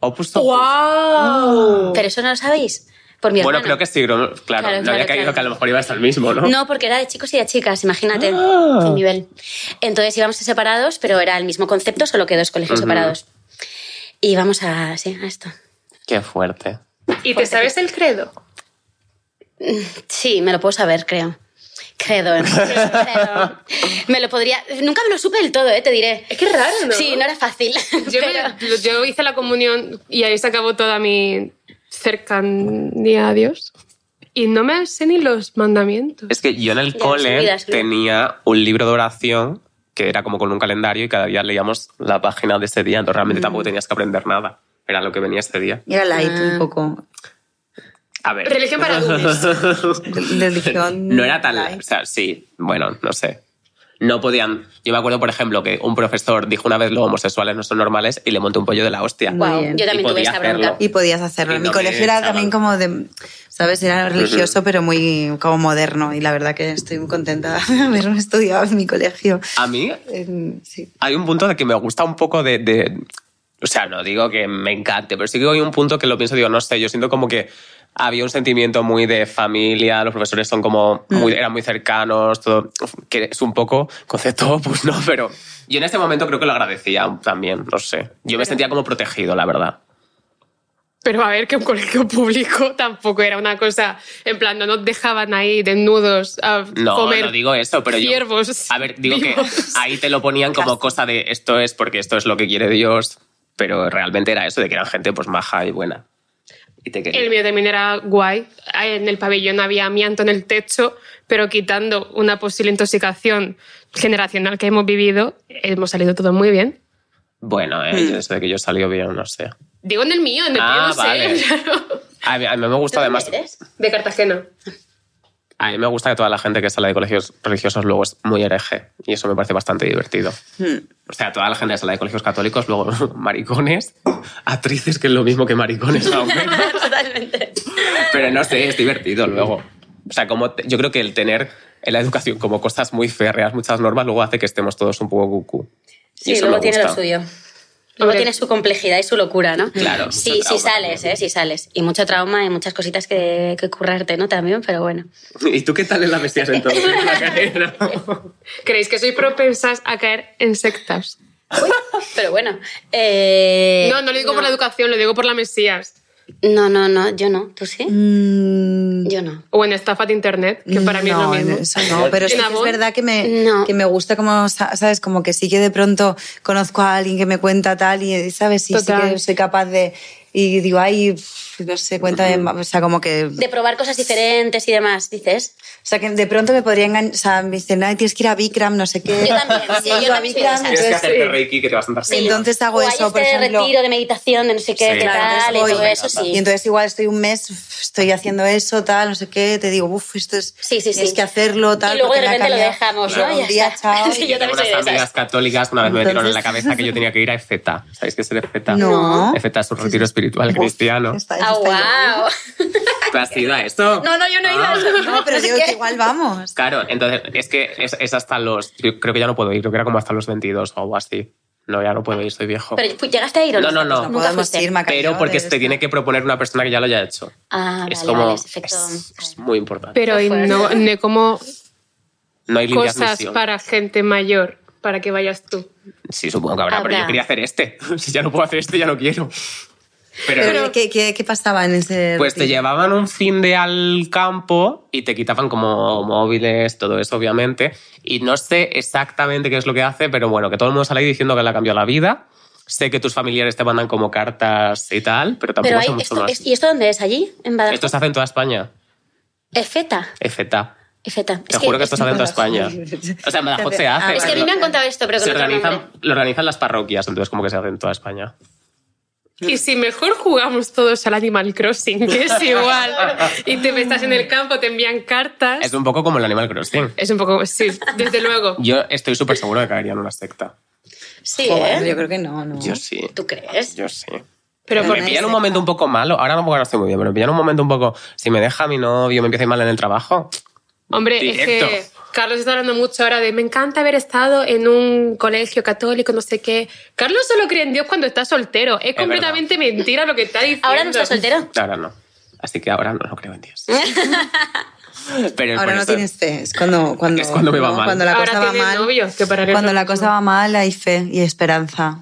Opus Opus.
¡Wow!
Pero eso no lo sabéis. por mi hermano.
Bueno, creo que sí,
Claro,
claro, no
claro,
había caído
claro.
que a lo mejor iba a estar el mismo, ¿no?
No, porque era de chicos y de chicas, imagínate,
Ah.
el nivel. Entonces íbamos a separados, pero era el mismo concepto, solo que dos colegios
Ujú.
separados. Y vamos a, sí, a esto.
Qué fuerte.
¿Y te sabes el credo?
Sí, me lo puedo saber, creo. Credo, ¿eh? Credo. Me lo podría... Nunca me lo supe del todo, ¿eh? te diré.
Es que es raro, ¿no?
Sí, no era fácil.
Yo, me-
pero-
lo- yo hice la comunión y ahí se acabó toda mi cercanía a Dios. Y no me sé ni los mandamientos.
Es que yo en el
Ya,
cole
subidas, creo.
tenía un libro de oración que era como con un calendario y cada día leíamos la página de ese día, entonces realmente
Mm.
tampoco tenías que aprender nada. Era lo que venía ese día.
Era light
Ah.
un poco.
A ver.
Religión para lunes.
Religión.
No era tan...
light.
O sea, sí, bueno, no sé. No podían... Yo me acuerdo, por ejemplo, que un profesor dijo una vez los homosexuales no son normales y le montó un pollo de la hostia.
Muy
Guau,
bien.
yo
Y
también tuve
podía
esa bronca.
hacerlo.
Y podías hacerlo.
Y
En
no
mi
me
colegio era
echaban.
también como de, ¿sabes? Era religioso, pero muy como moderno. Y la verdad que estoy muy contenta de haber estudiado en mi colegio.
A mí
En- sí.
hay un punto de que me gusta un poco de, de- O sea, no digo que me encante, pero sí que hay un punto que lo pienso, digo, no sé, yo siento como que había un sentimiento muy de familia, los profesores son como...
Mm.
Muy, eran muy cercanos, todo... Que es un poco concepto opus, ¿no? Pero yo en ese momento creo que lo agradecía también, no sé. Yo me sentía como protegido, la verdad.
Pero a ver, que un colegio público tampoco era una cosa. En plan, no nos dejaban ahí desnudos a
No,
comer.
no digo eso, pero yo-
ciervos
a ver, digo
vivos.
que ahí te lo ponían como cosa de esto es porque esto es lo que quiere Dios, pero realmente era eso, de que eran gente pues maja y buena. Y te quería.
El mío también era guay. En el pabellón había amianto en el techo, pero quitando una posible intoxicación generacional que hemos vivido, hemos salido todos muy bien.
Bueno,
Mm.
eh, yo desde que yo salió bien, no sé.
Digo en el mío, en el
Ah,
mío, no sé,
vale.
claro.
A mí, a mí me gusta además...
¿Eres?
De Cartagena.
A mí me gusta que toda la gente que sale de colegios religiosos luego es muy hereje y eso me parece bastante divertido.
Mm.
O sea, toda la gente que sale de colegios católicos luego maricones, actrices que es lo mismo que maricones aún menos.
Totalmente.
Pero no sé, es divertido luego. O sea, como te- yo creo que el tener en la educación como cosas muy férreas, muchas normas, luego hace que estemos todos un poco cucú. Y
Sí,
eso
luego
me
tiene lo
gusta.
suyo. Luego
Hombre.
tiene su complejidad y su locura, ¿no?
Claro,
Sí,
mucho
sí
trauma
sales,
también.
¿eh? Sí sales. Y mucho trauma y muchas cositas que, que currarte, ¿no? También, pero bueno.
¿Y tú qué tal en la vestías entonces? Macarena?
¿Creéis que soy propensas a caer en sectas?
Pero bueno. eh,
no, no lo digo por la educación, lo digo por la Mesías.
No, no, no, yo no. ¿Tú sí?
Mm,
Yo no.
O en estafa de internet, que para mí es lo
no,
mismo.
eso no, pero sí que es
¿Enamor?
verdad que me,
No.
que me gusta como, sa- ¿sabes? Como que sí que de pronto conozco a alguien que me cuenta tal y, ¿sabes? Y sí
Total.
que soy capaz de... Y digo, ay, pff, no sé, cuéntame más. O sea, como que...
De probar cosas diferentes y demás, dices.
O sea, que de pronto me podría enganchar... O sea, me dicen, ay, tienes que ir a Bikram, no sé qué.
Yo también, sí, yo
Y a
también soy de esas.
Tienes
Bikram,
que
entonces-
hacerte reiki que te vas a sentar
Sí.
Entonces hago
O hay
eso, por
este
ejemplo.
retiro de meditación, de no sé qué,
Sí.
qué
Claro,
tal, y
entonces
todo
voy.
eso, sí.
Y entonces igual estoy un mes, uf, estoy haciendo eso, tal, no sé qué, te digo, uff, esto es...
Sí, sí, sí.
Tienes que hacerlo, tal.
Y luego
porque
de
me ha
repente lo
cambiado.
dejamos,
Claro.
¿no? Ya
Un día,
está.
chao.
Sí, yo
Tengo
también soy
unas
de esas.
amigas católicas que una vez me metieron en la
Entonces-
cabeza que yo tenía que ir a EFETA. ¿Sabéis qué es el EFETA?
No.
EFETA es un retiro espiritual cristiano.
Está-
Ah,
está igual.
wow.
¿Tú has ido a esto?
No, no, yo no he ido a
Ah.
eso.
No, pero
Así
digo
que-
que igual vamos.
Claro, entonces es que es, es hasta los... yo creo que ya no puedo ir, creo que era como hasta los 22 o algo así. No, ya no puedo ir, soy viejo.
Pero fu- llegaste a ir o
No, no,
Pues
no.
No
nunca
podemos
fuiste.
ir, Macarena.
Pero porque
de-
te tiene que proponer una persona que ya lo haya hecho.
Ah,
es
vale,
como.
vale, ese efecto.
es, es muy importante.
Pero
Qué
y
fuerte.
no, no hay como
no hay líneas de
cosas
admisión.
para gente mayor, para que vayas tú.
Sí, supongo que habrá, pero
Habrá.
yo quería hacer este. Si ya no puedo hacer este, ya no quiero. Pero,
Pero, ¿qué, qué, qué pasaba en ese.?
pues te
retiro?
llevaban un fin de al campo y te quitaban como móviles, todo eso, obviamente. Y no sé exactamente qué es lo que hace, pero bueno, que todo el mundo sale ahí diciendo que le ha cambiado la vida. Sé que tus familiares te mandan como cartas y tal, pero tampoco
Pero
sé
hay,
mucho
esto,
más.
es- ¿Y esto dónde es? ¿Allí? ¿En Badajoz?
Esto se hace en toda España.
Efeta.
EFETA.
Efeta.
Te juro que esto se hace en toda España.
Badajoz.
O sea, en Badajoz se
Ah,
hace.
Es que a mí
pero
me han contado esto, pero
se
con otro
organizan,
nombre.
lo organizan las parroquias, entonces como que se hace en toda España.
Y si mejor jugamos todos al Animal Crossing, que es igual, y te estás en el campo, te envían cartas.
Es un poco como el Animal Crossing.
Es un poco, sí, desde luego.
Yo estoy súper seguro de que caería en una secta.
Sí,
Joder,
¿eh?
Yo creo que no, ¿no?
Yo sí.
¿Tú crees?
Yo sí.
Pero
Me
por,
Una
pillan un
secta.
momento un poco malo. Ahora no ahora estoy muy bien, pero me pillan un momento un poco. Si me deja mi novio, me empieza a ir mal en el trabajo.
hombre,
Directo.
es que Carlos está hablando mucho ahora de me encanta haber estado en un colegio católico, no sé qué. Carlos solo cree en Dios cuando está soltero. Es, completamente mentira lo que está diciendo.
¿Ahora no estás soltero?
Ahora no. Así que ahora no, no creo en Dios. Pero
Ahora
por
no
eso-
tienes fe. Es cuando, cuando,
Es cuando me va
no,
mal.
Cuando la
Ahora
cosa va
tienes
mal.
novio, que para él
cuando
no-
la cosa va mal hay fe y esperanza.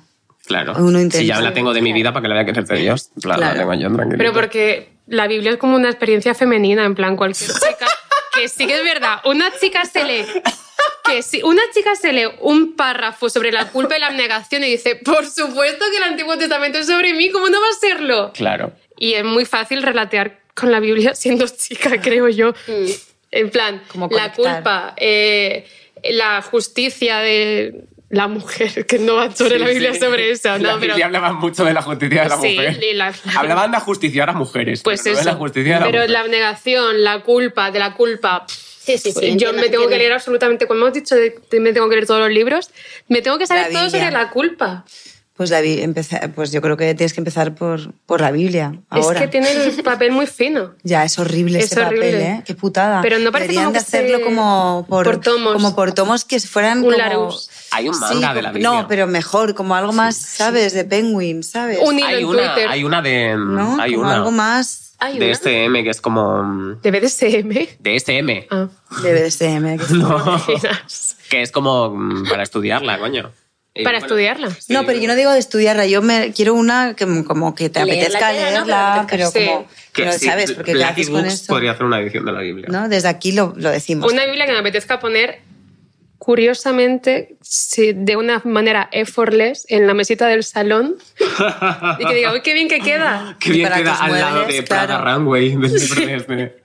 Claro.
Uno
si ya
intenta.
la tengo de mi vida, ¿para que la voy a querer de Dios? Claro,
Claro.
la tengo yo tranquilo.
Pero porque la Biblia es como una experiencia femenina, en plan, cualquier chica. Que sí que es verdad. Una chica se lee. Que si una chica se lee un párrafo sobre la culpa y la abnegación y dice, por supuesto que el Antiguo Testamento es sobre mí, ¿cómo no va a serlo?
Claro.
Y es muy fácil relatear con la Biblia siendo chica, creo yo. En plan,
Como
la
conectar.
culpa, eh, la justicia de la mujer, que no va sobre
Sí,
la Biblia,
sí.
sobre eso.
La
No, pero,
Biblia hablaba mucho de la justicia de la
Sí,
mujer.
y la-
Hablaban de justiciar a mujeres.
pues
pero no
eso.
de la justicia de la
pero
mujer.
la abnegación, la culpa, de la culpa. pues,
Sí, sí, sí.
yo
entiendo,
me tengo
entiendo.
que leer absolutamente, como hemos dicho, de- de- me tengo que leer todos los libros, me tengo que saber
La
todo sobre
Biblia.
la culpa.
Pues, la, bi- empeza- pues yo creo que tienes que empezar por, por la Biblia. Ahora.
Es que tiene el papel muy fino.
Ya, es horrible
Es
ese papel,
horrible.
¿eh? Qué putada.
Pero no parece
Deberían
como
de
que se-
hacerlo como por,
por tomos.
Como por tomos que fueran
Un
como...
Larus.
Hay un
Sí,
manga de la
como-
Biblia.
No, pero mejor, como algo más, ¿sabes? De Penguin, ¿sabes?
Un hilo
hay
en
una,
Twitter.
hay una de.
¿No?
Hay
como
una.
algo más
Hay
de
una.
este M que es como. mm,
De BDSM.
De este M.
Ah,
de BDSM. que-
No.
imaginas.
que es como mm, para estudiarla, coño. Y
Para
bueno,
estudiarla.
sí,
No, pero yo no digo de estudiarla, yo me quiero una que como que te
Leerla
apetezca
entera, ¿no?
leerla,
Pero
pero
apetezca.
como
que
no
sí,
sabes, porque ¿qué
Black
haces con
Books
eso?
podría hacer una edición de la Biblia.
¿No? Desde aquí lo, lo decimos.
Una Biblia que me apetezca poner, curiosamente, sí, de una manera effortless, en la mesita del salón. y que diga, uy, qué bien que queda.
Qué
Y
bien
para que
queda
os
al lado
mueves,
de Prada
claro.
Runway. del libro de este.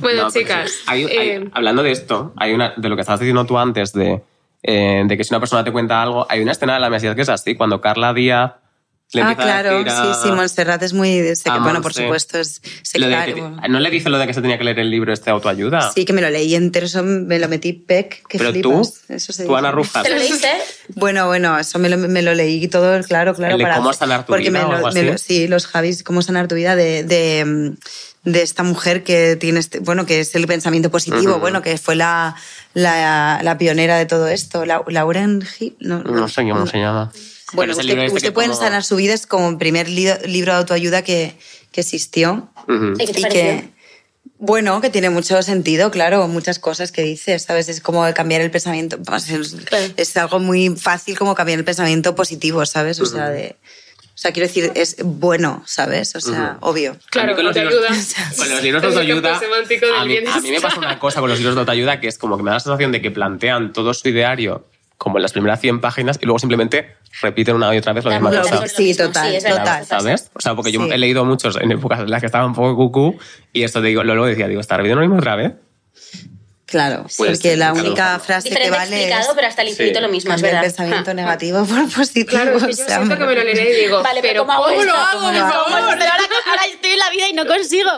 Bueno,
No, pero
chicas.
sí. Hay- hay-
eh,
hablando de esto, hay una, de lo que estabas diciendo tú antes, de, eh, de que si una persona te cuenta algo, hay una escena de la Mesías que es así, cuando Carla Díaz le
ah,
empieza a
claro,
decir a-
sí, sí, Montserrat es muy... de- sé
a
que, bueno, por
Monse,
supuesto, es
lo de que
sectario.
te-
bueno.
¿No le dice lo de que se tenía que leer el libro este de autoayuda?
Sí, que me lo leí entero, eso me lo metí pec, que
Pero
flipas.
tú,
eso se
tú
dice.
Ana Rufas,
¿Te lo leíste?
Mm.
Bueno, bueno, eso me lo, me lo leí todo, claro, claro.
El de cómo sanar tu
porque
vida
me
o
lo-
algo
me
así.
lo- sí, los Javis, cómo sanar tu vida de, de, mm, de esta mujer que tiene, este- bueno, que es el pensamiento positivo,
Ujú.
bueno, que fue la, la, la pionera de todo esto. La, Lauren Hill, no,
no sé cómo se llama. Pero
Bueno,
es el
usted,
libro este
usted
que
puede
como-
sanar su vida, es como el primer li- libro de autoayuda que, que existió.
Ujú.
¿Y qué te
Y
pareció?
que, bueno, que tiene mucho sentido, claro, muchas cosas que dices, ¿sabes? Es como cambiar el pensamiento, pues, es,
Claro.
es algo muy fácil como cambiar el pensamiento positivo, ¿sabes? O sea, de, o sea, quiero decir, es bueno, ¿sabes? O sea, obvio.
Claro,
A mí con los
te
libros-
ayuda.
Con los libros de
Es el
autoayuda.
campo semántico del
A mí, a mí me
bienestar.
pasa una cosa con los libros de autoayuda que es como que me da la sensación de que plantean todo su ideario como en las primeras 100 páginas y luego simplemente repiten una y otra vez la
La
misma
mola,
cosa.
sobre lo
pues Sí,
mismo.
total,
es verdad,
total.
eso pasa.
¿Sabes? O sea, porque yo
Sí.
he leído muchos en épocas en las que estaba un poco cucú y esto te digo, luego decía, digo, ¿está repitiendo lo mismo otra vez?
Claro,
Pues,
porque la
claro.
única frase que
Diferente
vale
explicado, pero
es
hasta el infinito
Sí.
lo mismo, es
cambiar el
verdad.
pensamiento
Ah.
negativo por positivo.
Claro, es que
o
yo
sea,
siento que me lo leeré y digo,
Vale, pero
pero
¿cómo, hago
¿cómo lo
esto?
hago,
¿Cómo
por
lo hago?
favor?
Pero ahora, ahora estoy en la vida y no consigo.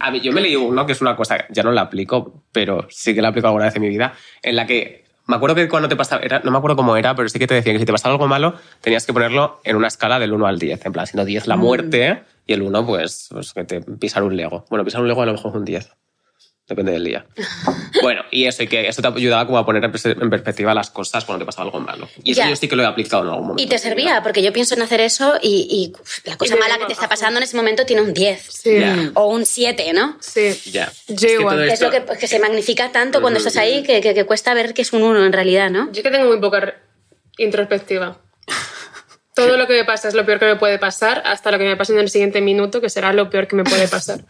A mí, yo me leí uno que es una cosa, ya no la aplico, pero sí que la aplico alguna vez en mi vida, en la que me acuerdo que cuando te pasaba, era- no me acuerdo cómo era, pero sí que te decían que si te pasaba algo malo, tenías que ponerlo en una escala del 1 al 10, en plan, siendo 10 la muerte y el 1 pues, pues, que te pisar un lego. Bueno, pisar un lego a lo mejor es un 10. Depende del día. Bueno, y eso, y que eso te ayudaba como a poner en perse- en perspectiva las cosas cuando te pasaba algo malo. Y eso
Ya.
yo sí que lo he aplicado en algún momento.
Y te
de mi vida.
servía, porque yo pienso en hacer eso y, y, uf, la cosa
Y de-
mala que te está pasando en ese momento tiene un 10
Sí,
Ya.
o un 7, ¿no?
sí.
Ya.
Yo
Es que
igual.
todo
Que es
esto-
lo que, que se magnifica tanto cuando estás ahí que, que- que cuesta ver que es un 1 en realidad, ¿no?
Yo que tengo muy poca re- introspectiva. Todo lo que me pasa es lo peor que me puede pasar, hasta lo que me pase en el siguiente minuto, que será lo peor que me puede pasar.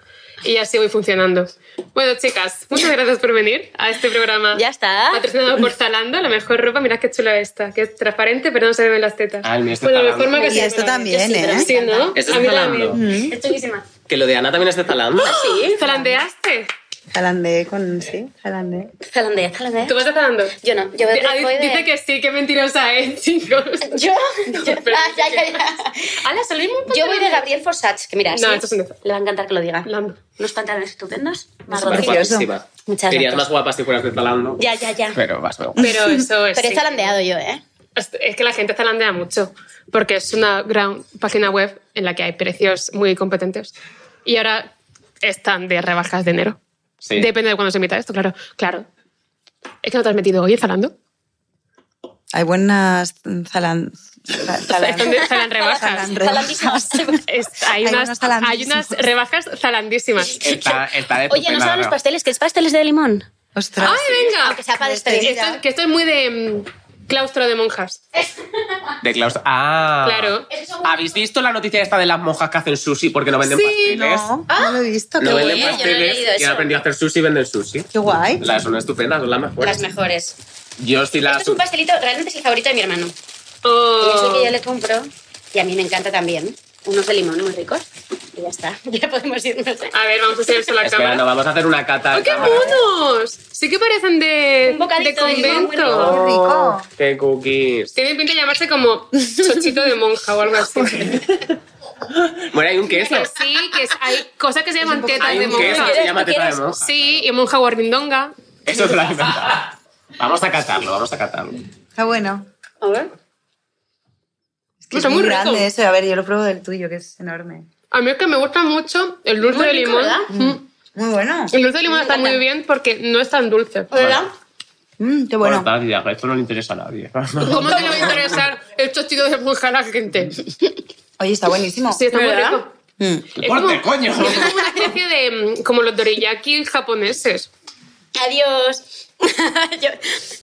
Y así voy funcionando. Bueno, chicas, muchas gracias por venir a este programa.
Ya está.
Patrocinado por Zalando, la mejor ropa. Mirad qué chula esta, que es transparente, pero no se ven las tetas.
Ah, el mío es de
bueno, de
Zalando.
forma que
Y
sea
esto
transparente.
también,
Yo sí, pero
¿eh?
sí.
Sí, ¿no?
Esto es
A mí
Zalando.
también.
Es chulísima.
Que lo de Ana también es de Zalando.
Mm.
¿Sí? ¿Zalandeaste?
Zalandé con... Sí, zalandé.
Zalandea, zalandea.
¿Tú vas a Zalando?
Yo no, yo
Ah,
voy
dice,
de-
dice que sí, qué mentirosa es, chicos.
Yo, yo,
Pero-
ah, ya, ya, ya.
Ala, salimos un
Yo voy de Gabriel Forsach, que mira,
No,
sí,
esto es un def-
le va a encantar que lo diga.
Lando.
Unos pantalones estupendos,
Vas
Precioso.
marroncitos.
guapísima.
Muchas
Serías
gracias.
más guapa si fueras de Zalando.
Ya, ya, ya.
Pero vas luego.
Pero eso es.
Pero
sí.
he zalandeado yo, ¿eh?
Es que la gente zalandea mucho, porque es una gran página web en la que hay precios muy competentes. Y ahora están de rebajas de enero.
Sí.
Depende de cuándo se emita esto, claro. Claro. Es que no te has metido hoy en Zalando.
Hay buenas mm, zalan- Zalando.
Zalan rebajas.
Zalan rebajas.
Es- hay,
Hay
unas,
unos zalandísimos.
hay unas rebajas zalandísimas.
Está, está de tu
Oye, ¿no
pelada.
saben los pasteles? ¿Qué es pasteles de limón?
Ostras.
¡Ay, venga!
Aunque sea para despedir.
Esto es- que esto es muy de mm, claustro de monjas.
De Klaus. Ah.
Claro.
¿Habéis visto la noticia esta de las monjas que hacen sushi porque no venden
Sí,
pasteles?
No, no lo he visto. Qué
No
bueno.
venden
Yo no he
pasteles
leído
y
eso.
han aprendido a hacer sushi y venden sushi.
Qué guay.
Las son estupendas, son las mejores.
Las mejores.
Ah,
Yo sí
Esto
las...
es un pastelito, realmente es el favorito de mi hermano. Y es el que yo
Oh.
le compro. Y a mí me encanta también. Unos de limón muy ricos. Y ya está. Ya podemos irnos.
A ver, vamos a hacer eso a la
Espera, no,
cámara.
vamos a hacer una cata.
¡Oh,
¡Ay, ¡Oh, qué
cámara.
monos! Sí que parecen de,
Un bocadito
de
de limón muy
convento.
rico.
Oh,
rico.
¡Qué cookies!
Tienen pinta de llamarse como chochito de monja o algo así.
Bueno, hay un queso.
Pero sí, que es- hay cosas que se llaman tetas
Hay
de
un queso
monja.
que se llama
¿Tú
teta de
quieres?
monja.
Sí, y monja guarindonga.
Eso es la verdad. Vamos a catarlo, vamos a catarlo.
Está bueno.
A ver.
Es que
Está
es
muy
muy
rico.
grande eso. A ver, yo lo pruebo del tuyo, que es enorme.
A mí es que me gusta mucho el dulce
Muy
de
rico,
limón.
¿verdad?
Mm.
Muy bueno.
El dulce de limón
Me
está muy
encanta.
bien porque no es tan dulce.
¿Verdad?
Mm, qué
Bueno.
bueno.
esto no le interesa a nadie.
¿Cómo te le va a interesar el chochito de monja a la gente? Sí,
Oye, está buenísimo.
está muy
¿Verdad?
rico.
Mm.
Es
¡Corte, coño!
Es como una especie de... mm, como los doriyaki japoneses.
Adiós. Yo-